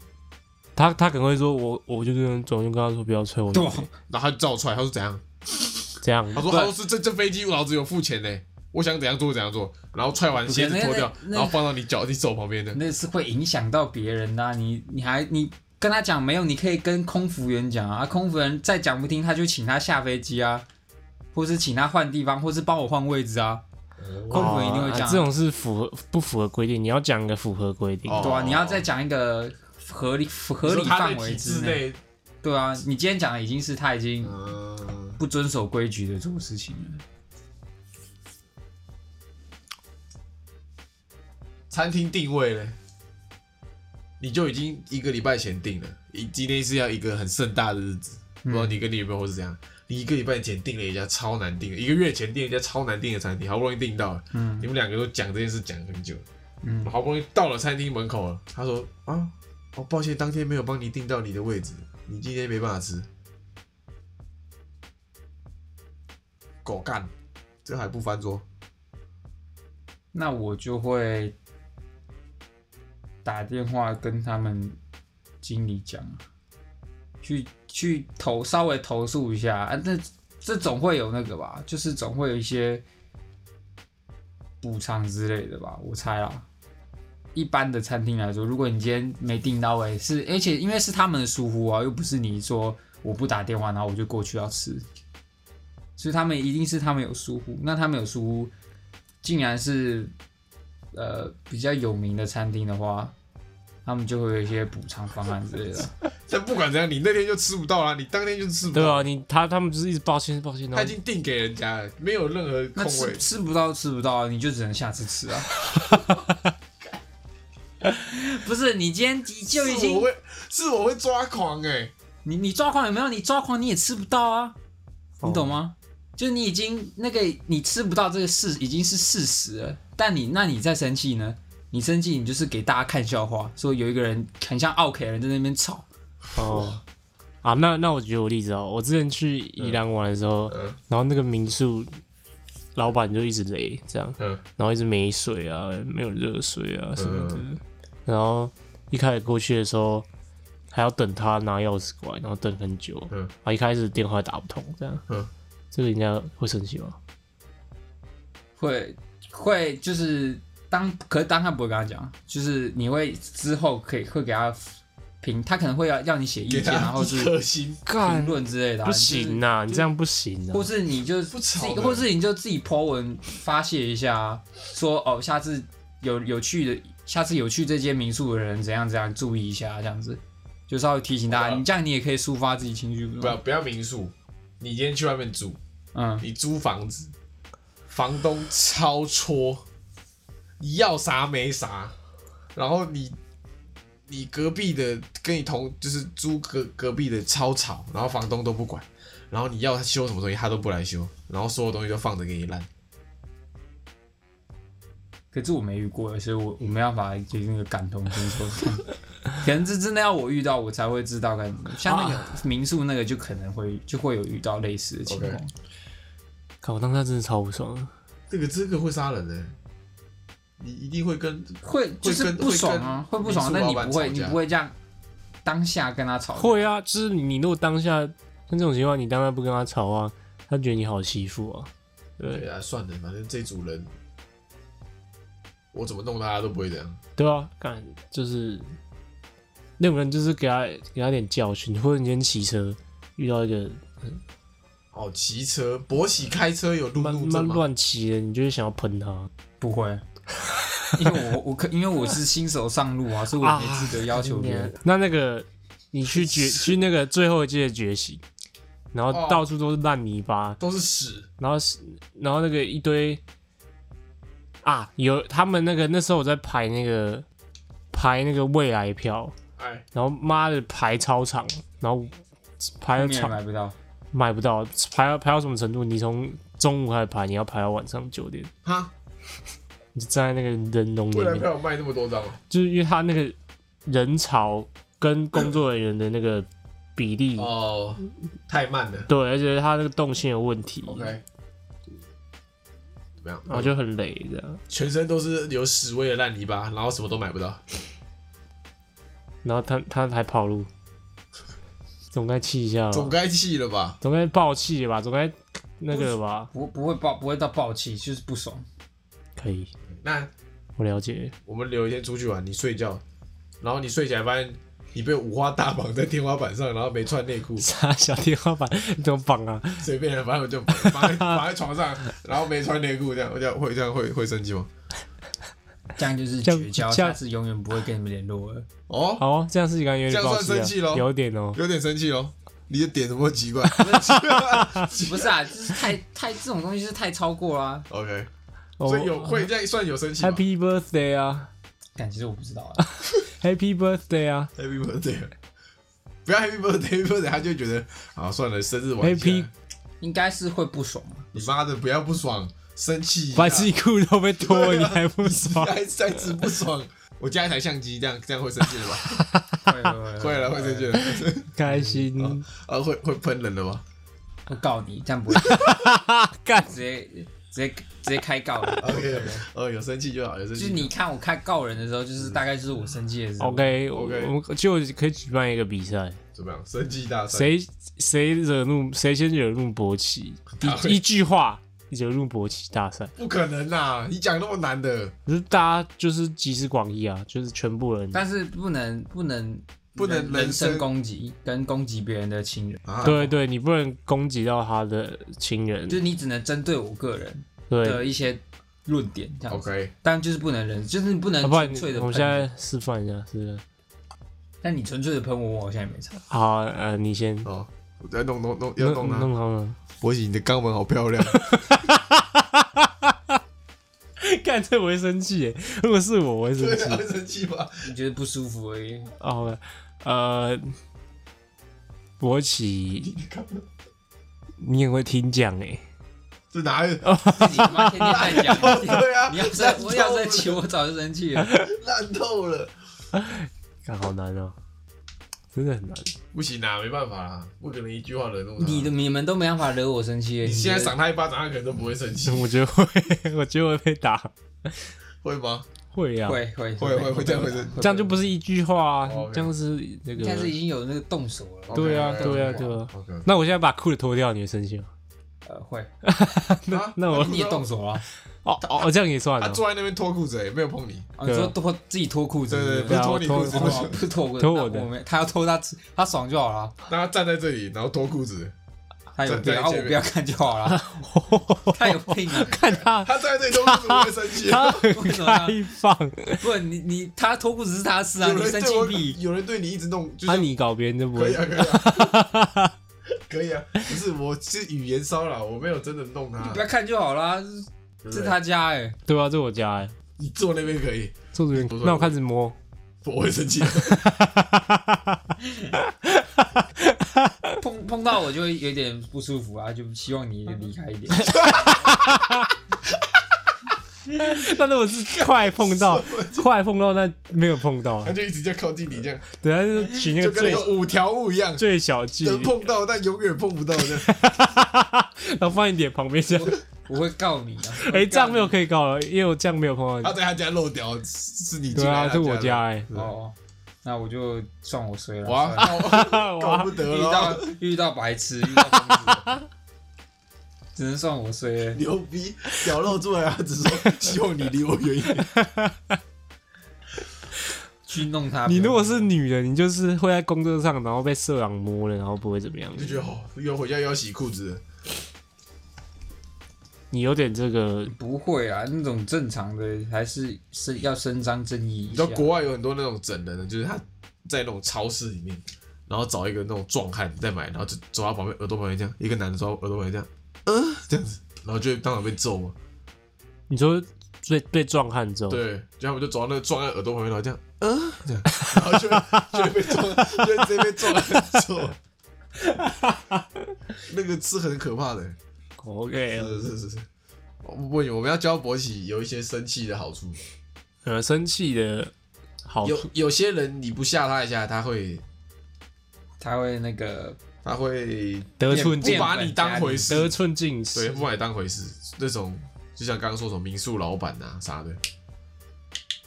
[SPEAKER 3] 他他可能会说我我就跟总就跟他说不要催我，
[SPEAKER 4] 对，啊
[SPEAKER 2] 然后他就照踹，他说怎样？
[SPEAKER 3] 这样
[SPEAKER 2] 他说他说是这这飞机老子有付钱呢，我想怎样做怎样做。然后踹完
[SPEAKER 4] 不可
[SPEAKER 2] 鞋子
[SPEAKER 4] 能
[SPEAKER 2] 脱
[SPEAKER 4] 那
[SPEAKER 2] 掉，
[SPEAKER 4] 那
[SPEAKER 2] 然后放到你脚你手旁边的。
[SPEAKER 4] 那是会影响到别人的啊、你你还你跟他讲没有，你可以跟空服员讲啊，啊空服员再讲不听，他就请他下飞机啊，或是请他换地方，或是帮我换位置啊。空服员一定会
[SPEAKER 3] 哦
[SPEAKER 4] 讲、
[SPEAKER 3] 这种是符合不符合规定，你要讲一个符合规定。
[SPEAKER 2] 哦
[SPEAKER 4] 对啊，你要再讲一个合理合
[SPEAKER 2] 你
[SPEAKER 4] 理
[SPEAKER 2] 说他在
[SPEAKER 4] 范围
[SPEAKER 2] 体制
[SPEAKER 4] 之内。
[SPEAKER 2] 内，
[SPEAKER 4] 对啊，你今天讲的已经是他已经
[SPEAKER 2] 嗯，
[SPEAKER 4] 不遵守规矩的这种事情了。
[SPEAKER 2] 餐厅定位嘞，你就已经一个礼拜前定了，一今天是要一个很盛大的日子，不
[SPEAKER 3] 嗯
[SPEAKER 2] 知道你跟你女朋友是怎样。你一个礼拜前订了一家超难订的，一个月前订了一家超难订的餐厅，好不容易订到了，
[SPEAKER 4] 嗯
[SPEAKER 2] 你们两个都讲这件事讲很久，
[SPEAKER 4] 嗯，
[SPEAKER 2] 好不容易到了餐厅门口了，他说啊，哦，抱歉，当天没有帮你订到你的位置，你今天没办法吃。狗干，这还不翻桌？
[SPEAKER 4] 那我就会打电话跟他们经理讲，啊去去投稍微投诉一下啊。那这总会有那个吧，就是总会有一些补偿之类的吧，我猜啦。一般的餐厅来说，如果你今天没订到位，是而且因为是他们的疏忽啊，又不是你说我不打电话，然后我就过去要吃，所以他们一定是他们有疏忽。那他们有疏忽，竟然是呃比较有名的餐厅的话，他们就会有一些补偿方案之 类的。
[SPEAKER 2] 但不管怎样，你那天就吃不到啦，你当天就吃不
[SPEAKER 3] 对
[SPEAKER 2] 到。
[SPEAKER 3] 啊，你他他们就是一直抱歉抱歉，然
[SPEAKER 2] 他
[SPEAKER 3] 后
[SPEAKER 2] 已经订给人家了，没有任何
[SPEAKER 4] 那
[SPEAKER 2] 空
[SPEAKER 4] 吃
[SPEAKER 2] 位。
[SPEAKER 4] 吃不到吃不到，你就只能下次吃啊。 不是你今天就已
[SPEAKER 2] 是
[SPEAKER 4] 经
[SPEAKER 2] 我会，是我会抓狂哎、
[SPEAKER 4] 你你抓狂有没有？你抓狂你也吃不到啊，你懂吗？就你已经那个你吃不到这个事已经是事实了，但你那你再生气呢？你生气你就是给大家看笑话，说有一个人很像 OK 的人在那边吵，
[SPEAKER 3] 哦啊，那那我举我例子哦，我之前去宜兰玩的时候，
[SPEAKER 2] 嗯
[SPEAKER 3] 然后那个民宿老板就一直雷这样，
[SPEAKER 2] 嗯，
[SPEAKER 3] 然后一直没水啊，没有热水啊什么的。
[SPEAKER 2] 嗯
[SPEAKER 3] 然后一开始过去的时候，还要等他拿钥匙过来，然后等很久。
[SPEAKER 2] 嗯
[SPEAKER 3] 啊，一开始电话打不通，这样。
[SPEAKER 2] 嗯
[SPEAKER 3] 这个人家会生气吗？
[SPEAKER 4] 会会就是当可是当他不会跟他讲，就是你会之后可以会给他评，他可能会要要你写意
[SPEAKER 2] 给
[SPEAKER 4] 见，
[SPEAKER 2] 他
[SPEAKER 4] 然后
[SPEAKER 2] 一
[SPEAKER 4] 是
[SPEAKER 2] 颗星，
[SPEAKER 4] 评论之类的啊、
[SPEAKER 3] 不
[SPEAKER 4] 就是
[SPEAKER 3] 行呐、你这样不行啊
[SPEAKER 4] 或！是你就自己
[SPEAKER 2] 吵的
[SPEAKER 4] 或是你就自己 po 文发泄一下啊，说哦，下次有有去的，下次有去这间民宿的人怎样怎样，注意一下，这样子就稍微提醒大
[SPEAKER 2] 好
[SPEAKER 4] 家，
[SPEAKER 2] 的
[SPEAKER 4] 你这样你也可以抒发自己情绪，
[SPEAKER 2] 不要不要民宿，你今天去外面住，
[SPEAKER 4] 嗯，
[SPEAKER 2] 你租房子，房东超戳，你要啥没啥，然后你你隔壁的跟你同就是租隔隔壁的超吵，然后房东都不管，然后你要他修什么东西他都不来修，然后所有东西都放着给你烂，
[SPEAKER 4] 可是我没遇过，所以我
[SPEAKER 2] 嗯
[SPEAKER 4] 我没办法就是那个感同身受， 可能这真的要我遇到我才会知道该怎么，像那
[SPEAKER 2] 啊
[SPEAKER 4] 个民宿那个就可能会就会有遇到类似的情况
[SPEAKER 2] OK
[SPEAKER 3] 看我当下真的超不爽的。
[SPEAKER 2] 这个这个会杀人的、你一定会跟
[SPEAKER 4] 会就是
[SPEAKER 2] 跟
[SPEAKER 4] 不爽啊，
[SPEAKER 2] 会
[SPEAKER 4] 会
[SPEAKER 2] 跟
[SPEAKER 4] 不爽，
[SPEAKER 2] 民宿
[SPEAKER 4] 但你
[SPEAKER 2] 老板
[SPEAKER 4] 不会
[SPEAKER 2] 吵
[SPEAKER 4] 你
[SPEAKER 2] 架
[SPEAKER 4] 不会这样当下跟他吵架，
[SPEAKER 3] 会啊，就是你如果当下像这种情况，你当下不跟他吵啊，他觉得你好欺负啊。
[SPEAKER 2] 对啊，算了，反正这组人，我怎么弄大家都不会这样。
[SPEAKER 3] 对啊，干就是那种人，就是给他给他点教训，或者你今天骑车遇到一个
[SPEAKER 2] 哦，骑车，博喜开车有路
[SPEAKER 3] 慢
[SPEAKER 2] 怒
[SPEAKER 3] 慢
[SPEAKER 2] 症吗？
[SPEAKER 3] 乱骑的，你就会想要喷他。
[SPEAKER 4] 不会， 因为我我可因为我是新手上路啊，所以我也没资格要求别
[SPEAKER 2] 啊
[SPEAKER 4] 人。
[SPEAKER 3] 那那个你去觉去那个最后一届的觉醒，然后
[SPEAKER 2] 哦
[SPEAKER 3] 到处都是烂泥巴，
[SPEAKER 2] 都是屎，
[SPEAKER 3] 然后是然后那个一堆啊，有他们那个那时候我在排那个排那个未来票，
[SPEAKER 2] 哎，
[SPEAKER 3] 然后妈的排超长，然后排
[SPEAKER 4] 后
[SPEAKER 3] 到
[SPEAKER 4] 面也
[SPEAKER 3] 超
[SPEAKER 4] 买不到，
[SPEAKER 3] 买不到，排到排到什么程度？你从中午开始排，你要排到晚上九点，
[SPEAKER 2] 哈，
[SPEAKER 3] 你就站在那个人龙里
[SPEAKER 2] 未来
[SPEAKER 3] 面，
[SPEAKER 2] 票有卖那么多张啊
[SPEAKER 3] 就是因为他那个人潮跟工作人员的那个比例。
[SPEAKER 2] 哦，太慢了
[SPEAKER 3] 对，而且他那个动线有问题，
[SPEAKER 2] ，OK，怎么样？
[SPEAKER 3] 然后就很累这样。
[SPEAKER 2] 全身都是有屎味的烂泥巴，然后什么都买不到，
[SPEAKER 3] 然后他他还跑路，总该气一下吧，
[SPEAKER 2] 总该气了吧？
[SPEAKER 3] 总该爆气吧，总该那个吧，
[SPEAKER 4] 不不会爆，不会到爆气，就是不爽。
[SPEAKER 3] 可以，
[SPEAKER 2] 那
[SPEAKER 3] 我了解。，
[SPEAKER 2] 我们有一天出去玩，你睡觉，然后你睡起来发现你被五花大绑在天花板上，然后没穿内裤
[SPEAKER 3] 啥小天花板你怎么绑啊？
[SPEAKER 2] 随便了，反正我就绑在绑在床上，然后没穿内裤，这样我这样会这样会会生气吗？
[SPEAKER 4] 这样就是
[SPEAKER 3] 这样
[SPEAKER 4] 绝交，
[SPEAKER 3] 这样
[SPEAKER 4] 下次永远不会跟你们联络了。
[SPEAKER 2] 哦，
[SPEAKER 3] 哦，这样是感觉有
[SPEAKER 2] 这
[SPEAKER 3] 点
[SPEAKER 2] 样
[SPEAKER 3] 爆
[SPEAKER 2] 算
[SPEAKER 3] 气
[SPEAKER 2] 生气咯
[SPEAKER 3] 啊，有点哦。
[SPEAKER 2] 有点生气哦。你的点怎么奇怪
[SPEAKER 4] 不是啊，就是太太这种东西是太超过啊啦、
[SPEAKER 2] ？OK，
[SPEAKER 3] 哦
[SPEAKER 2] 所以有会这样算有生气吗
[SPEAKER 3] Happy birthday 啊
[SPEAKER 4] 但其实我不知道啊，
[SPEAKER 3] ，Happy birthday 啊
[SPEAKER 2] Happy birthday，不要 Happy birthday，Happy birthday，他就觉得啊算了，生日玩一下，
[SPEAKER 3] ，Happy
[SPEAKER 4] 应该是会不爽啊。
[SPEAKER 2] 你妈的不要不爽，生气一下，
[SPEAKER 3] 白痴裤都被脱了，
[SPEAKER 2] 对
[SPEAKER 3] 你
[SPEAKER 2] 啊
[SPEAKER 3] 还不 爽？
[SPEAKER 2] 再再次不爽。我加一台相机，这样这样会生气了吧？
[SPEAKER 4] 会会
[SPEAKER 2] 会了，会生气了，
[SPEAKER 3] 开 心，
[SPEAKER 2] 啊，会会喷人了吧？
[SPEAKER 4] 会告你，这样不会，
[SPEAKER 3] 干
[SPEAKER 4] 直接直接直接开告你。
[SPEAKER 2] OK，呃，有生气就好，有生
[SPEAKER 4] 就
[SPEAKER 2] 气。
[SPEAKER 4] 是你看我看告人的时候，就是大概就是我生气的时候。
[SPEAKER 3] ，OK，我
[SPEAKER 2] OK
[SPEAKER 3] 我们就可以举办一个比赛。
[SPEAKER 2] 怎么样？生气大赛？
[SPEAKER 3] 谁谁惹怒谁先惹怒博奇，
[SPEAKER 2] 大会
[SPEAKER 3] 一一句话惹怒博奇大赛，
[SPEAKER 2] 不可能啦！你讲那么难的，
[SPEAKER 3] 可是大家就是集思广益啊，就是全部人，
[SPEAKER 4] 但是不能不能
[SPEAKER 2] 不能
[SPEAKER 4] 人
[SPEAKER 2] 人
[SPEAKER 4] 人
[SPEAKER 2] 身
[SPEAKER 4] 身攻击跟攻击别人的亲人，
[SPEAKER 2] 啊，
[SPEAKER 3] 对对，你不能攻击到他的亲人
[SPEAKER 4] 就，是你只能针对我个人的
[SPEAKER 3] 对，
[SPEAKER 4] 一些论点这样子，
[SPEAKER 2] ，OK，
[SPEAKER 4] 但就是不能人，就是你不
[SPEAKER 3] 啊
[SPEAKER 4] 能
[SPEAKER 3] 要不然
[SPEAKER 4] 纯
[SPEAKER 3] 你
[SPEAKER 4] 粹的
[SPEAKER 3] 我
[SPEAKER 4] 喷
[SPEAKER 3] 们现。在示范一下，是不是？
[SPEAKER 4] 但你纯粹的喷我，我好像也没差。
[SPEAKER 3] 好，呃，你先
[SPEAKER 2] 哦，我在弄弄弄，要
[SPEAKER 3] 弄
[SPEAKER 2] 弄它。
[SPEAKER 3] 弄好了，
[SPEAKER 2] 博喜，你的肛门好漂亮，
[SPEAKER 3] 干这我会生气耶，如果是我我会生
[SPEAKER 2] 对
[SPEAKER 3] 气
[SPEAKER 2] 啊，。会生气吧？
[SPEAKER 4] 你觉得不舒服而已，
[SPEAKER 3] 哦好了，呃，博奇，
[SPEAKER 2] 你肛门
[SPEAKER 3] 你很会听讲哎，
[SPEAKER 2] 这哪有？
[SPEAKER 4] 你他妈天天在讲。
[SPEAKER 2] 对啊，
[SPEAKER 4] 你要
[SPEAKER 2] 烂
[SPEAKER 4] 生，
[SPEAKER 2] 透
[SPEAKER 4] 我要
[SPEAKER 2] 了
[SPEAKER 4] 生气，我早就生气了。
[SPEAKER 2] 烂透了，
[SPEAKER 3] 干好难哦，真的很难。
[SPEAKER 2] 不行啊，没办法啦，不可能一句话惹怒他。
[SPEAKER 4] 你的，你们都没办法惹我生气。
[SPEAKER 2] 你现在
[SPEAKER 4] 觉得
[SPEAKER 2] 赏他一巴掌，他可能都不会生气，
[SPEAKER 3] 我觉得会， 我觉得会被打。
[SPEAKER 2] 会吗？
[SPEAKER 3] 会啊，
[SPEAKER 4] 会会
[SPEAKER 2] 会会会这样会生
[SPEAKER 3] 这样就不是一句
[SPEAKER 2] 哦
[SPEAKER 3] 话啊，
[SPEAKER 2] ，OK
[SPEAKER 3] 这样是那
[SPEAKER 4] 应该是已
[SPEAKER 3] 个。
[SPEAKER 4] 经有那个动手了。
[SPEAKER 3] 对啊，
[SPEAKER 2] OK，OK，OK
[SPEAKER 3] 对啊，对啊。
[SPEAKER 2] OK，
[SPEAKER 3] 那我现在把裤子脱掉，你会生气吗？
[SPEAKER 4] 呃，会，
[SPEAKER 2] 那
[SPEAKER 3] 那我
[SPEAKER 4] 啊你也动手了。
[SPEAKER 3] 哦哦，这样也算
[SPEAKER 2] 他
[SPEAKER 3] 了。
[SPEAKER 2] 坐在那边脱裤子，也没有碰你。
[SPEAKER 4] 啊你说脱自己脱裤子
[SPEAKER 2] 对
[SPEAKER 4] 是不
[SPEAKER 2] 对，不
[SPEAKER 4] 是，
[SPEAKER 2] 是脱你裤子，
[SPEAKER 3] 对
[SPEAKER 4] 不
[SPEAKER 2] 不
[SPEAKER 3] 啊
[SPEAKER 4] 是
[SPEAKER 2] 是
[SPEAKER 4] 不是嗯脱我的，
[SPEAKER 3] 脱我的
[SPEAKER 4] 那没，他要脱他吃他爽就好了，
[SPEAKER 2] 让他站在这里，然后脱裤子，
[SPEAKER 4] 他有
[SPEAKER 2] 对
[SPEAKER 4] 病，然后
[SPEAKER 2] 对
[SPEAKER 4] 我不要看就好了，他有病啊！
[SPEAKER 3] 看他，
[SPEAKER 2] 他站在这里脱裤子，我会生气。
[SPEAKER 3] 他很
[SPEAKER 4] 为什么啊
[SPEAKER 3] 开 放，
[SPEAKER 4] 不，你你他脱裤子是他的事啊，
[SPEAKER 2] 有
[SPEAKER 4] 你
[SPEAKER 2] 人
[SPEAKER 4] 生
[SPEAKER 2] 对
[SPEAKER 4] 气
[SPEAKER 2] 我，
[SPEAKER 4] 屁！
[SPEAKER 2] 有人对你一直弄，就
[SPEAKER 3] 那
[SPEAKER 2] 是
[SPEAKER 3] 啊你搞别人就不
[SPEAKER 2] 可
[SPEAKER 3] 会
[SPEAKER 2] 以。啊，可以啊， 可以啊。不是，我是语言骚扰，我没有真的弄他
[SPEAKER 4] 不。要看就好啦，
[SPEAKER 2] 对不
[SPEAKER 4] 这是
[SPEAKER 2] 对
[SPEAKER 4] 他家哎，
[SPEAKER 3] 对啊，这我家哎，
[SPEAKER 2] 你坐那边可以，
[SPEAKER 3] 坐
[SPEAKER 2] 不
[SPEAKER 3] 这边
[SPEAKER 2] 错，
[SPEAKER 3] 那我开始摸。
[SPEAKER 2] 我会生气。
[SPEAKER 4] 碰碰到我就会有点不舒服啊，就希望你离开一 点。
[SPEAKER 3] 但是我是快碰 到，快碰到，但没有碰到啊
[SPEAKER 2] 他。就一直在靠近你，这样
[SPEAKER 3] 等下就是取那
[SPEAKER 2] 就
[SPEAKER 3] 个
[SPEAKER 2] 跟那
[SPEAKER 3] 最
[SPEAKER 2] 个五条悟一样，
[SPEAKER 3] 最小距
[SPEAKER 2] 能
[SPEAKER 3] 离，
[SPEAKER 2] 碰到但永远碰不到的。
[SPEAKER 3] 然后放在你脸旁边这样。
[SPEAKER 4] 我会告你啊！
[SPEAKER 3] 哎，这样没有
[SPEAKER 4] 以
[SPEAKER 3] 可以搞了，因为我这样没有碰到你
[SPEAKER 2] 他。在他家漏掉，是是啊你进
[SPEAKER 3] 对
[SPEAKER 2] 来
[SPEAKER 3] 啊，
[SPEAKER 2] 他
[SPEAKER 3] 是我
[SPEAKER 2] 的
[SPEAKER 3] 家。哎、
[SPEAKER 4] 哦，那我就算我衰了。
[SPEAKER 2] 哇，
[SPEAKER 4] 算了
[SPEAKER 2] 那我 搞
[SPEAKER 3] 哇
[SPEAKER 2] 不得
[SPEAKER 4] 遇
[SPEAKER 2] 了啊
[SPEAKER 4] 到，遇到白痴，遇到疯子，只能算我衰了。
[SPEAKER 2] 牛逼，屌露出来啊！只说希望你离我远一点。
[SPEAKER 4] 去弄他。
[SPEAKER 3] 你如果是女人，你就是会在工作上，然后被色狼摸了，然后不会怎么样
[SPEAKER 2] 你。就觉得哦，又回家又要洗裤子了，
[SPEAKER 3] 你有点这个，
[SPEAKER 4] 不会啊，那种正常的还是是要伸张正义
[SPEAKER 2] 你
[SPEAKER 4] 一
[SPEAKER 2] 知
[SPEAKER 4] 下
[SPEAKER 2] 道。国外有很多那种整人的，就是他在那种超市里面，然后找一个那种壮汉在买，然后就走到旁边耳朵旁边这样，一个男的走到耳朵旁边这样，嗯、这样子，然后就会当场被揍嘛。
[SPEAKER 3] 你说被被壮汉之后，
[SPEAKER 2] 对，就他们就走到那个撞在耳朵旁边，然后这样，嗯、这样，然后就会就会被撞，就会直接被撞很臭。那个是很可怕的、欸
[SPEAKER 3] ，OK，
[SPEAKER 2] 是是是是。我问你，我们要教勃起有一些生气的好处。
[SPEAKER 3] 呃，生气的好处
[SPEAKER 2] 有有些人你不吓他一下，他会
[SPEAKER 4] 他会那个
[SPEAKER 2] 他会
[SPEAKER 3] 得寸
[SPEAKER 2] 不
[SPEAKER 3] 进
[SPEAKER 4] 见
[SPEAKER 2] 把你当回
[SPEAKER 3] 得
[SPEAKER 2] 事，
[SPEAKER 3] 寸进
[SPEAKER 2] 对，
[SPEAKER 3] 尺，
[SPEAKER 2] 不把你当回事。那种就像刚刚说什么民宿老板啊啥的，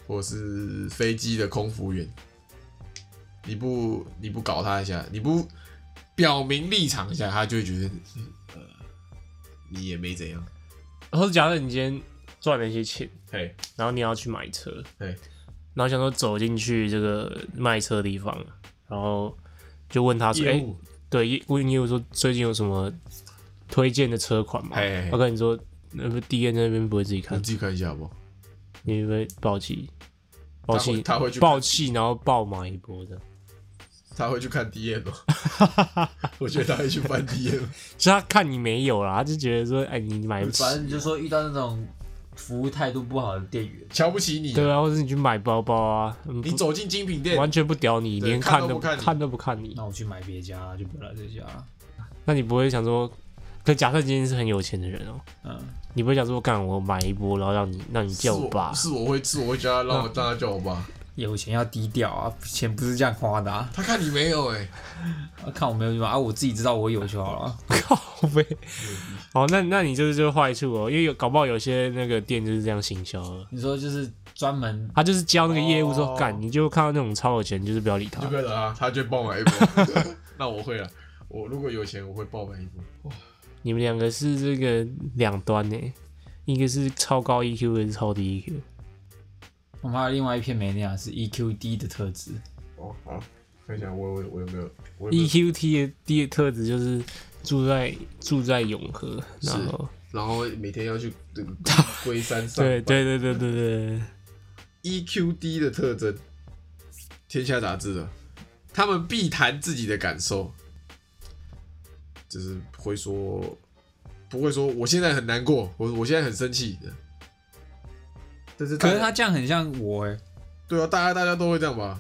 [SPEAKER 2] 或者是飞机的空服员，你不你不搞他一下，你不表明立场一下，他就会觉得嗯呃你也没怎样。
[SPEAKER 3] 然后假设你今天赚了一些钱，
[SPEAKER 2] 嘿，
[SPEAKER 3] 然后你要去买车，
[SPEAKER 2] 嘿，
[SPEAKER 3] 然后想说走进去这个卖车的地方，然后就问他说：“哎、
[SPEAKER 2] 业务
[SPEAKER 3] 对，业问业务说最近有什么推荐的车款吗？”
[SPEAKER 2] 哎嘿嘿嘿嗯
[SPEAKER 3] 他跟你说，那不 D N 那边不会自己
[SPEAKER 2] 你
[SPEAKER 3] 看，
[SPEAKER 2] 自己看一下好不好？
[SPEAKER 3] 你会不会暴气，暴气，
[SPEAKER 2] 他会去
[SPEAKER 3] 暴气，然后暴买一波的。
[SPEAKER 2] 他会去看 D M 哦， 我觉得他会去翻 D M。
[SPEAKER 3] 就他看你没有啦，他就觉得说：“哎，你买不起。
[SPEAKER 4] 反正你就说遇到那种服务态度不好的店员，
[SPEAKER 2] 瞧不起你”啊、
[SPEAKER 3] 对啊，或者你去买包包啊，嗯
[SPEAKER 2] 你
[SPEAKER 3] 不
[SPEAKER 2] 走进精品店，
[SPEAKER 3] 完全不屌你，
[SPEAKER 2] 对
[SPEAKER 3] 连
[SPEAKER 2] 看
[SPEAKER 3] 看
[SPEAKER 2] 都
[SPEAKER 3] 都
[SPEAKER 2] 不看你
[SPEAKER 3] 看都不看你。
[SPEAKER 4] 那我去买别家，就不来这家了。
[SPEAKER 3] 那你不会想说，可假设今天是很有钱的人哦、
[SPEAKER 4] 嗯，
[SPEAKER 3] 你不会想说，干我买一波，然后让你让你
[SPEAKER 2] 是
[SPEAKER 3] 叫我
[SPEAKER 2] 我
[SPEAKER 3] 爸？
[SPEAKER 2] 是我会是我会叫他让我让他叫我爸，
[SPEAKER 4] 有钱要低调啊，钱不是这样花的啊。
[SPEAKER 2] 他看你没有哎、
[SPEAKER 4] 啊看我没有什么啊，我自己知道我有就好了。
[SPEAKER 3] 靠 呗。哦，那那你这是就是坏处哦，因为有搞不好有些那个店就是这样行销的，
[SPEAKER 4] 你说就是专门
[SPEAKER 3] 他就是教那个业务说
[SPEAKER 2] 哦
[SPEAKER 3] 干，你就看到那种超有钱，就是不要理他
[SPEAKER 2] 就。不要找他，他就爆买 一波。那我会了，我如果有钱我会爆买一波。
[SPEAKER 3] 你们两个是这个两端呢，一个是超高 EQ，一个是超低 E EQ。
[SPEAKER 4] 我们还有另外一片没亮是 EQ 低的特质，
[SPEAKER 2] 哦，好，看一下我我我有没有我有没有
[SPEAKER 3] EQ E T 的低的特质就是住在住在永和，
[SPEAKER 2] 是
[SPEAKER 3] 然后
[SPEAKER 2] 然后每天要去这个龟山上
[SPEAKER 3] 对
[SPEAKER 2] 班。
[SPEAKER 3] 对对对对对，
[SPEAKER 2] EQ 低 E 的特征，《天下杂志》的，他们必谈自己的感受，就是会说，不会说我现在很难过，我我现在很生气的。但是大
[SPEAKER 4] 可
[SPEAKER 2] 家，
[SPEAKER 4] 是他这样很像我哎、
[SPEAKER 2] 对啊，大家大家都会这样吧？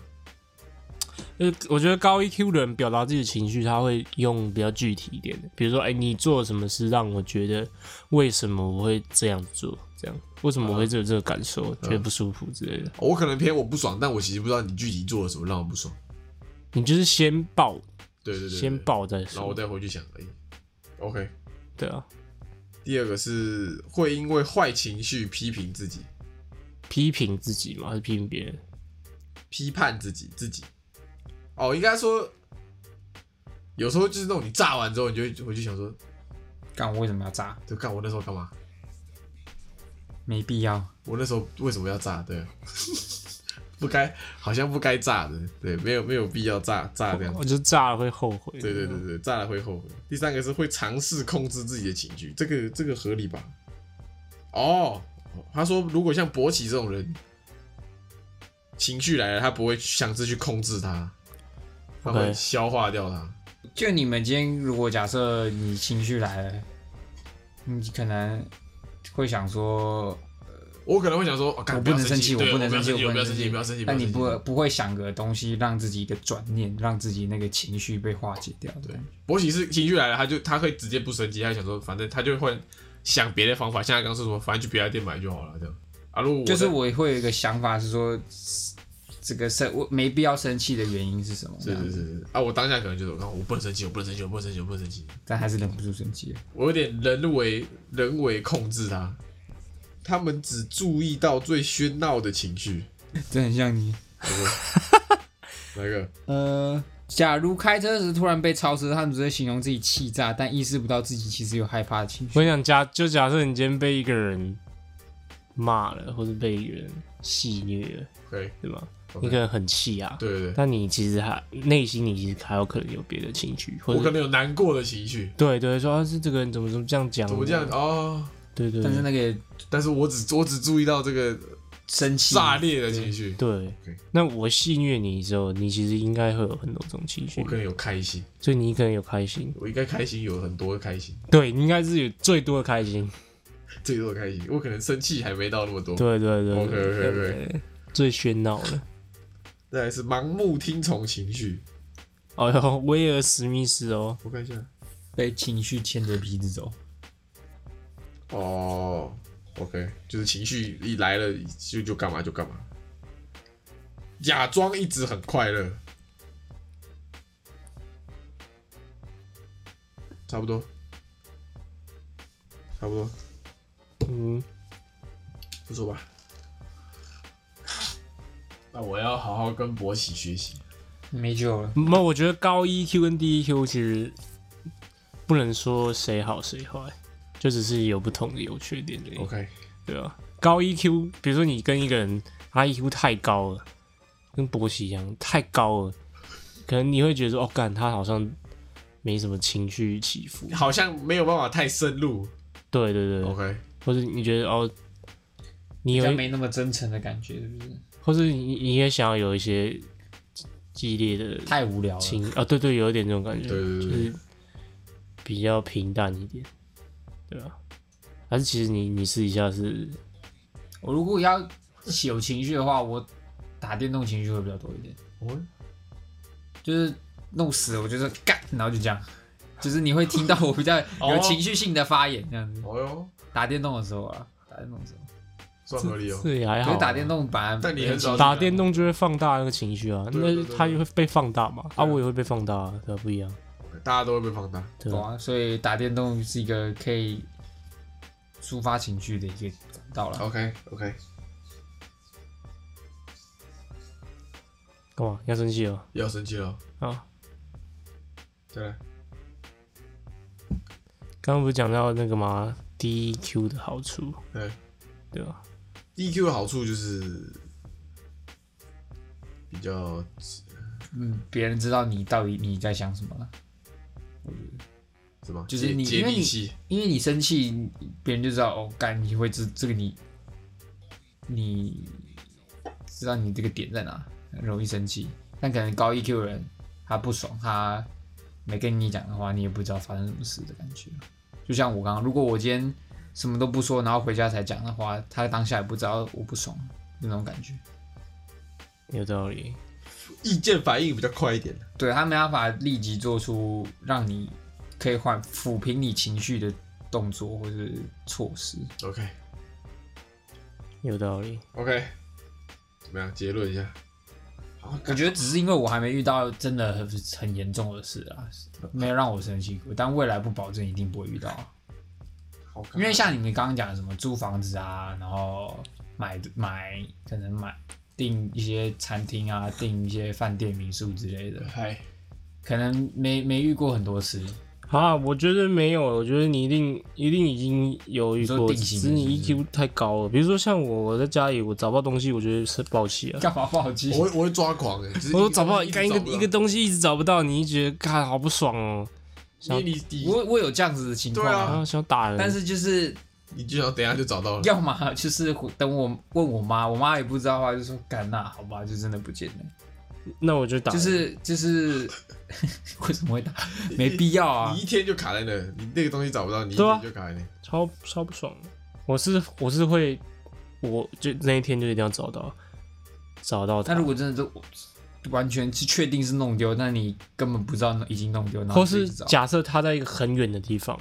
[SPEAKER 3] 呃，我觉得高 EQ 的人表达自己的情绪，他会用比较具体一点的，比如说，哎、你做了什么事让我觉得为什么我会这样做，这样为什么
[SPEAKER 2] 啊
[SPEAKER 3] 我会有这个感受，觉得不舒服之类的。
[SPEAKER 2] 我可能偏我不爽，但我其实不知道你具体做了什么让我不爽。
[SPEAKER 3] 你就是先爆，
[SPEAKER 2] 对对对对
[SPEAKER 3] 先爆再
[SPEAKER 2] 然后我
[SPEAKER 3] 说，
[SPEAKER 2] 再回去想而已。OK，
[SPEAKER 3] 对啊，
[SPEAKER 2] 第二个是会因为坏情绪批评自己、
[SPEAKER 3] 批评自己嘛，还是批评别人？
[SPEAKER 2] 批判自己自己。哦，应该说，有时候就是那种你炸完之后，你就会回去想说，
[SPEAKER 4] 干我为什么要炸？
[SPEAKER 2] 就看我那时候干嘛？
[SPEAKER 4] 没必要。
[SPEAKER 2] 我那时候为什么要炸？对， 不该，好像不该炸的，对，没有没有必要炸炸这样子。
[SPEAKER 3] 我就炸了会后悔。
[SPEAKER 2] 对对对对，炸了会后悔。第三个是会尝试控制自己的情绪，这个这个合理吧？哦，他说如果像博奇这种人，情绪来了，他不会强制去控制它，他会
[SPEAKER 3] OK
[SPEAKER 2] 消化掉它。
[SPEAKER 4] 就你们今天如果假设你情绪来了，你可能会想说，
[SPEAKER 2] 我可能会想说，哦，干
[SPEAKER 4] 我
[SPEAKER 2] 不要
[SPEAKER 4] 能生气，
[SPEAKER 2] 对我
[SPEAKER 4] 不能
[SPEAKER 2] 生
[SPEAKER 4] 气，
[SPEAKER 2] 我
[SPEAKER 4] 我
[SPEAKER 2] 不要
[SPEAKER 4] 能
[SPEAKER 2] 生气，
[SPEAKER 4] 气，
[SPEAKER 2] 不要生气。
[SPEAKER 4] 但你
[SPEAKER 2] 不要
[SPEAKER 4] 不
[SPEAKER 2] 生气
[SPEAKER 4] 不会想个东西让自己一个转念，让自己那个情绪被化解掉。对，
[SPEAKER 2] 博奇是情绪来了，他就他会直接不生气，他想说，反正他就会想别的方法。像他刚刚说什么，反正去别的店买就好了，这样。啊，如果我
[SPEAKER 4] 就是
[SPEAKER 2] 在
[SPEAKER 4] 我会有一个想法是说，这个生我没必要生气的原因是什么？
[SPEAKER 2] 是
[SPEAKER 4] 这样
[SPEAKER 2] 是是是啊，我当下可能就是我刚我不能生气，我不能生气，我不能生气，我不能生气。
[SPEAKER 4] 但还是忍不住生气了。
[SPEAKER 2] 我有点人为人为控制它。他们只注意到最喧闹的情绪。
[SPEAKER 4] 这很像你。
[SPEAKER 2] 哪一个？
[SPEAKER 4] 呃，假如开车时突然被超车，他们只会形容自己气炸，但意识不到自己其实有害怕的情绪
[SPEAKER 3] 我。跟你讲，假就假设你今天被一个人骂了，或者被一个人戏虐了，
[SPEAKER 2] 对，
[SPEAKER 3] 对吧？你可能很气啊，
[SPEAKER 2] 对对对，
[SPEAKER 3] 但你其实还内心你其实还有可能有别的情绪，或
[SPEAKER 2] 我可
[SPEAKER 3] 者
[SPEAKER 2] 能有难过的情绪，
[SPEAKER 3] 对对说啊，是这个人怎么怎么这样讲，
[SPEAKER 2] 怎么这样？哦？
[SPEAKER 3] 对对
[SPEAKER 4] 但是
[SPEAKER 3] 对
[SPEAKER 4] 那个
[SPEAKER 2] 但是我只我只注意到这个
[SPEAKER 4] 生气
[SPEAKER 2] 炸裂的情绪，
[SPEAKER 3] 对
[SPEAKER 2] OK。
[SPEAKER 3] 那我戏虐你的时候，你其实应该会有很多种情绪
[SPEAKER 2] 我可，能有开心，
[SPEAKER 3] 所以你可能有开心，
[SPEAKER 2] 我应该开心有很多开心，
[SPEAKER 3] 对你应该是有最多的开心，
[SPEAKER 2] 最多的开心，我可能生气还没到那么多。
[SPEAKER 3] 对对对
[SPEAKER 2] OK OK
[SPEAKER 3] 对
[SPEAKER 2] OK，
[SPEAKER 3] 最喧闹的。
[SPEAKER 2] 再来是盲目听从情绪，
[SPEAKER 3] 哦哟，威尔史密斯哦，
[SPEAKER 2] 我看一下，
[SPEAKER 4] 被情绪牵着鼻子走，
[SPEAKER 2] 哦，OK，就是情绪一来了就就干嘛就干嘛，假装一直很快乐，差不多，差不多，
[SPEAKER 3] 嗯，
[SPEAKER 2] 不错吧？那我要好好跟博喜学习。
[SPEAKER 4] 没救了。
[SPEAKER 3] 那我觉得高 EQ 跟低 EQ 其实不能说谁好谁坏，就只是有不同的优缺点而已。
[SPEAKER 2] OK，
[SPEAKER 3] 对啊，高 EQ，比如说你跟一个人他 EQ 太高了，跟博喜一样太高了，可能你会觉得说哦，干他好像没什么情绪起伏。
[SPEAKER 2] 好像没有办法太深入。
[SPEAKER 3] 对对对，
[SPEAKER 2] OK，
[SPEAKER 3] 或者你觉得哦，你
[SPEAKER 4] 比较
[SPEAKER 3] 有，
[SPEAKER 4] 没那么真诚的感觉，是不是？
[SPEAKER 3] 或者你你也想要有一些激烈的
[SPEAKER 4] 太无聊了。
[SPEAKER 3] 情啊，对对，有一点这种感觉，
[SPEAKER 2] 对对对
[SPEAKER 3] 就是比较平淡一点，对吧、还是其实你你试一下是，
[SPEAKER 4] 我如果要有情绪的话，我打电动情绪会比较多一点，
[SPEAKER 2] 哦，
[SPEAKER 4] 就是弄死我就是干，然后就这样，就是你会听到我 比较
[SPEAKER 2] 哦
[SPEAKER 4] 有情绪性的发言这样子。
[SPEAKER 2] 哦哟，
[SPEAKER 4] 打电动的时候啊，打电动的时候，
[SPEAKER 2] 算合理哦。
[SPEAKER 3] 这也还
[SPEAKER 4] 可
[SPEAKER 3] 好啊、
[SPEAKER 4] 是打电动本来
[SPEAKER 2] 但你很少啊
[SPEAKER 3] 打电动就会放大那个情绪啊，
[SPEAKER 2] 对对
[SPEAKER 3] 那
[SPEAKER 2] 对
[SPEAKER 3] 它就会被放大嘛，啊，
[SPEAKER 2] 对
[SPEAKER 3] 我也会被放大、啊，对吧、不一样，
[SPEAKER 2] 大家都会被放大。
[SPEAKER 3] 对
[SPEAKER 4] 懂
[SPEAKER 3] 吧、
[SPEAKER 4] 啊，所以打电动是一个可以抒发情绪的一个管道了。
[SPEAKER 2] OK OK，
[SPEAKER 3] 干嘛要生气哦？
[SPEAKER 2] 要生气了，
[SPEAKER 3] 啊，
[SPEAKER 2] 再来。
[SPEAKER 3] 刚刚不是讲到那个嘛，DQ 的好处，
[SPEAKER 2] 对
[SPEAKER 3] 对啊吧、
[SPEAKER 2] ，EQ 的好处就是比较
[SPEAKER 4] 嗯，别人知道你到底你在想什么了，
[SPEAKER 2] 什么？
[SPEAKER 4] 就是
[SPEAKER 2] 接
[SPEAKER 4] 你
[SPEAKER 2] 接
[SPEAKER 4] 因为
[SPEAKER 2] 地
[SPEAKER 4] 你
[SPEAKER 2] 气。
[SPEAKER 4] 因为你生气，别人就知道哦，干你会知这个你，你知道你这个点在哪，很容易生气。但可能高 EQ 的人他不爽，他没跟你讲的话，你也不知道发生什么事的感觉。就像我刚刚，如果我今天什么都不说，然后回家才讲的话，他当下也不知道我不爽那种感觉。
[SPEAKER 3] 有道理，
[SPEAKER 2] 意见反应比较快一点。
[SPEAKER 4] 对他没办法立即做出让你可以缓抚平你情绪的动作或者措施。
[SPEAKER 2] OK
[SPEAKER 3] 有道理，
[SPEAKER 2] OK，怎么样？结论一下。好，
[SPEAKER 4] 我觉得只是因为我还没遇到真的很很严重的事啊，没有让我生气过。但未来不保证一定不会遇到啊，
[SPEAKER 2] 好看
[SPEAKER 4] 因为像你们刚刚讲的什么租房子啊，然后买买可能买订一些餐厅啊，订一些饭店、民宿之类的，
[SPEAKER 2] 嗨，
[SPEAKER 4] 可能没没遇过很多次。
[SPEAKER 3] 好啊，我觉得没有，我觉得你一定一定已经有遇
[SPEAKER 4] 你说
[SPEAKER 3] 过，
[SPEAKER 4] 定
[SPEAKER 3] 只
[SPEAKER 4] 型
[SPEAKER 3] 是
[SPEAKER 4] 了
[SPEAKER 3] 你
[SPEAKER 4] 是
[SPEAKER 3] EQ 太高了。比如说像我，我在家里我找不到东西，我觉得是暴气啊。
[SPEAKER 4] 干嘛不好记？
[SPEAKER 2] 我会我会抓狂哎，就是
[SPEAKER 3] 我都
[SPEAKER 2] 一
[SPEAKER 3] 找不到，
[SPEAKER 2] 直
[SPEAKER 3] 干一
[SPEAKER 2] 找
[SPEAKER 3] 个
[SPEAKER 2] 不到
[SPEAKER 3] 一个东西一直找不到，你一觉得看好不爽哦，想
[SPEAKER 2] 你你你
[SPEAKER 4] 我我有这样子的情况、
[SPEAKER 2] 对啊
[SPEAKER 3] 然后想打人。
[SPEAKER 4] 但是就是
[SPEAKER 2] 你就想等一下就找到了。
[SPEAKER 4] 要么就是等我问我妈，我妈也不知道的话，就说干那、好吧，就真的不见了。
[SPEAKER 3] 那我就打
[SPEAKER 4] 就
[SPEAKER 3] 人，
[SPEAKER 4] 是就是为什么会打？没必要啊
[SPEAKER 2] 你！一天就卡在那，你那个东西找不到，你一
[SPEAKER 3] 对啊
[SPEAKER 2] 天就卡在那。
[SPEAKER 3] 超超不爽的。我是我是会，我就那一天就一定要找到找到
[SPEAKER 4] 那
[SPEAKER 3] 他
[SPEAKER 4] 如，果真的就完全是确定是弄丢，那你根本不知道已经弄丢，然后
[SPEAKER 3] 或
[SPEAKER 4] 自
[SPEAKER 3] 是
[SPEAKER 4] 己找
[SPEAKER 3] 假设他在一个很远的地方，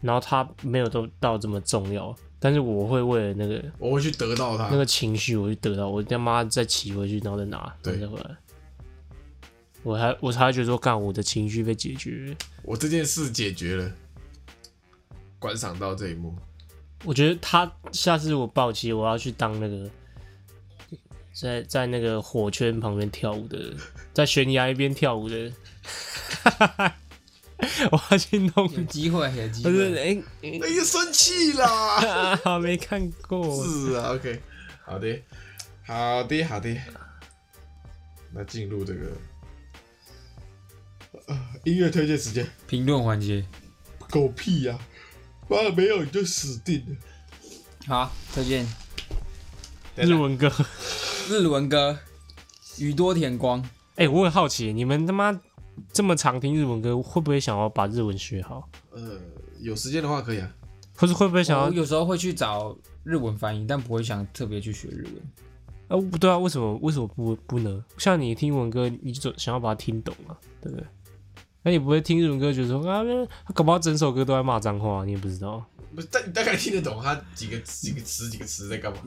[SPEAKER 3] 然后他没有都到这么重要，但是我会为了那个
[SPEAKER 2] 我会去得到它
[SPEAKER 4] 啊
[SPEAKER 3] 那。个情绪，我就得到，我他妈再骑回去，然后再拿，然后
[SPEAKER 2] 对
[SPEAKER 3] 再回来。我还我才会觉得说，干我的情绪被解决了。
[SPEAKER 2] 我这件事解决了，观赏到这一幕，
[SPEAKER 3] 我觉得他下次我暴气，我要去当那个在在那个火圈旁边跳舞的，在悬崖边跳舞的， 我要去弄。
[SPEAKER 4] 有机会，有机
[SPEAKER 3] 不是
[SPEAKER 4] 会。
[SPEAKER 3] 哎、
[SPEAKER 2] 哎呀，生气 啦！
[SPEAKER 3] 啊，没看过。
[SPEAKER 2] 是啊，OK，好的，好的，好的，那进入这个、呃音乐推荐时间，
[SPEAKER 4] 评论环节。
[SPEAKER 2] 狗屁呀、妈的没有你就死定了。
[SPEAKER 4] 好，推荐
[SPEAKER 3] 日文歌。
[SPEAKER 4] 日文歌《宇多田光》。
[SPEAKER 3] 哎、我很好奇，你们他妈这么常听日文歌，会不会想要把日文学好，
[SPEAKER 2] 呃，有时间的话可以啊。
[SPEAKER 3] 或是会不会想
[SPEAKER 4] 我
[SPEAKER 3] 要？
[SPEAKER 4] 有时候会去找日文翻译，但不会想特别去学日文。
[SPEAKER 3] 呃，不对啊，为什么为什么不不呢？像你听文歌，你就想要把它听懂啊，对不对？那你不会听日文歌，觉得说啊，他搞不好整首歌都在骂脏话，你也不知道。
[SPEAKER 2] 不是，但你大概听得懂他几个几个词几个词在干嘛？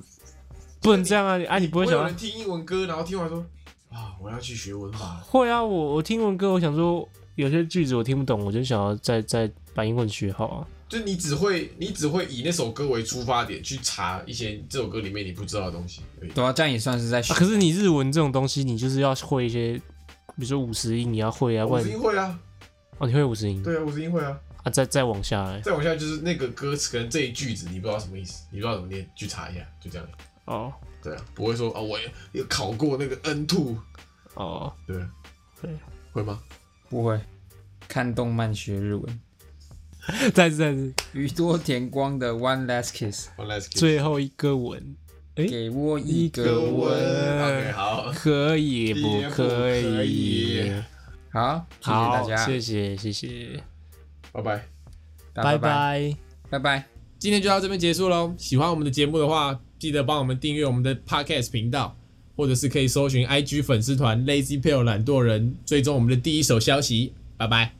[SPEAKER 3] 不能这样啊！你啊，你不会
[SPEAKER 2] 我
[SPEAKER 3] 想
[SPEAKER 2] 有
[SPEAKER 3] 要
[SPEAKER 2] 人听英文歌，然后听完说啊，我要去学文法。
[SPEAKER 3] 会啊，我我听文歌，我想说有些句子我听不懂，我就想要再再把英文学好啊。
[SPEAKER 2] 就你只会你只会以那首歌为出发点去查一些这首歌里面你不知道的东西而已。
[SPEAKER 4] 对啊，这样也算是在学。
[SPEAKER 3] 啊可是你日文这种东西，你就是要会一些，比如说五十音你要会啊，不
[SPEAKER 2] 五
[SPEAKER 3] 然
[SPEAKER 2] 十音会啊，
[SPEAKER 3] 哦你会五十音
[SPEAKER 2] 对啊，五十音会啊。
[SPEAKER 3] 啊，再再往下来
[SPEAKER 2] 再往下就是那个歌词，可能这一句子你不知道什么意思，你不知道怎么念，去查一下，就这样。
[SPEAKER 3] 哦
[SPEAKER 2] 对啊，不会说啊，我有考过那个 N two，
[SPEAKER 3] 哦，
[SPEAKER 2] 对啊，
[SPEAKER 3] 对，
[SPEAKER 2] 会吗？
[SPEAKER 4] 不会看动漫学日文。
[SPEAKER 3] 再次再次，
[SPEAKER 4] 宇多田光的《One Last Kiss》
[SPEAKER 2] 好，Let's get
[SPEAKER 3] 最后一个吻
[SPEAKER 4] 给我一
[SPEAKER 2] 歌
[SPEAKER 4] 个
[SPEAKER 2] 文
[SPEAKER 4] 吻。
[SPEAKER 2] ，OK，好，
[SPEAKER 3] 可以不
[SPEAKER 2] 也不
[SPEAKER 3] 可
[SPEAKER 2] 可
[SPEAKER 3] 以
[SPEAKER 2] 以？
[SPEAKER 4] 好，谢谢大
[SPEAKER 3] 好，
[SPEAKER 4] 家，
[SPEAKER 3] 谢谢谢谢，
[SPEAKER 2] 拜拜。
[SPEAKER 4] 大家
[SPEAKER 3] 拜
[SPEAKER 4] 拜拜
[SPEAKER 3] 拜。
[SPEAKER 4] 拜拜。
[SPEAKER 1] 今天就到这边结束喽。喜欢我们的节目的话，记得帮我们订阅我们的 Podcast 频道，或者是可以搜寻 IG 粉丝团 Lazy p a l e 懒惰人，追踪我们的第一手消息。拜拜。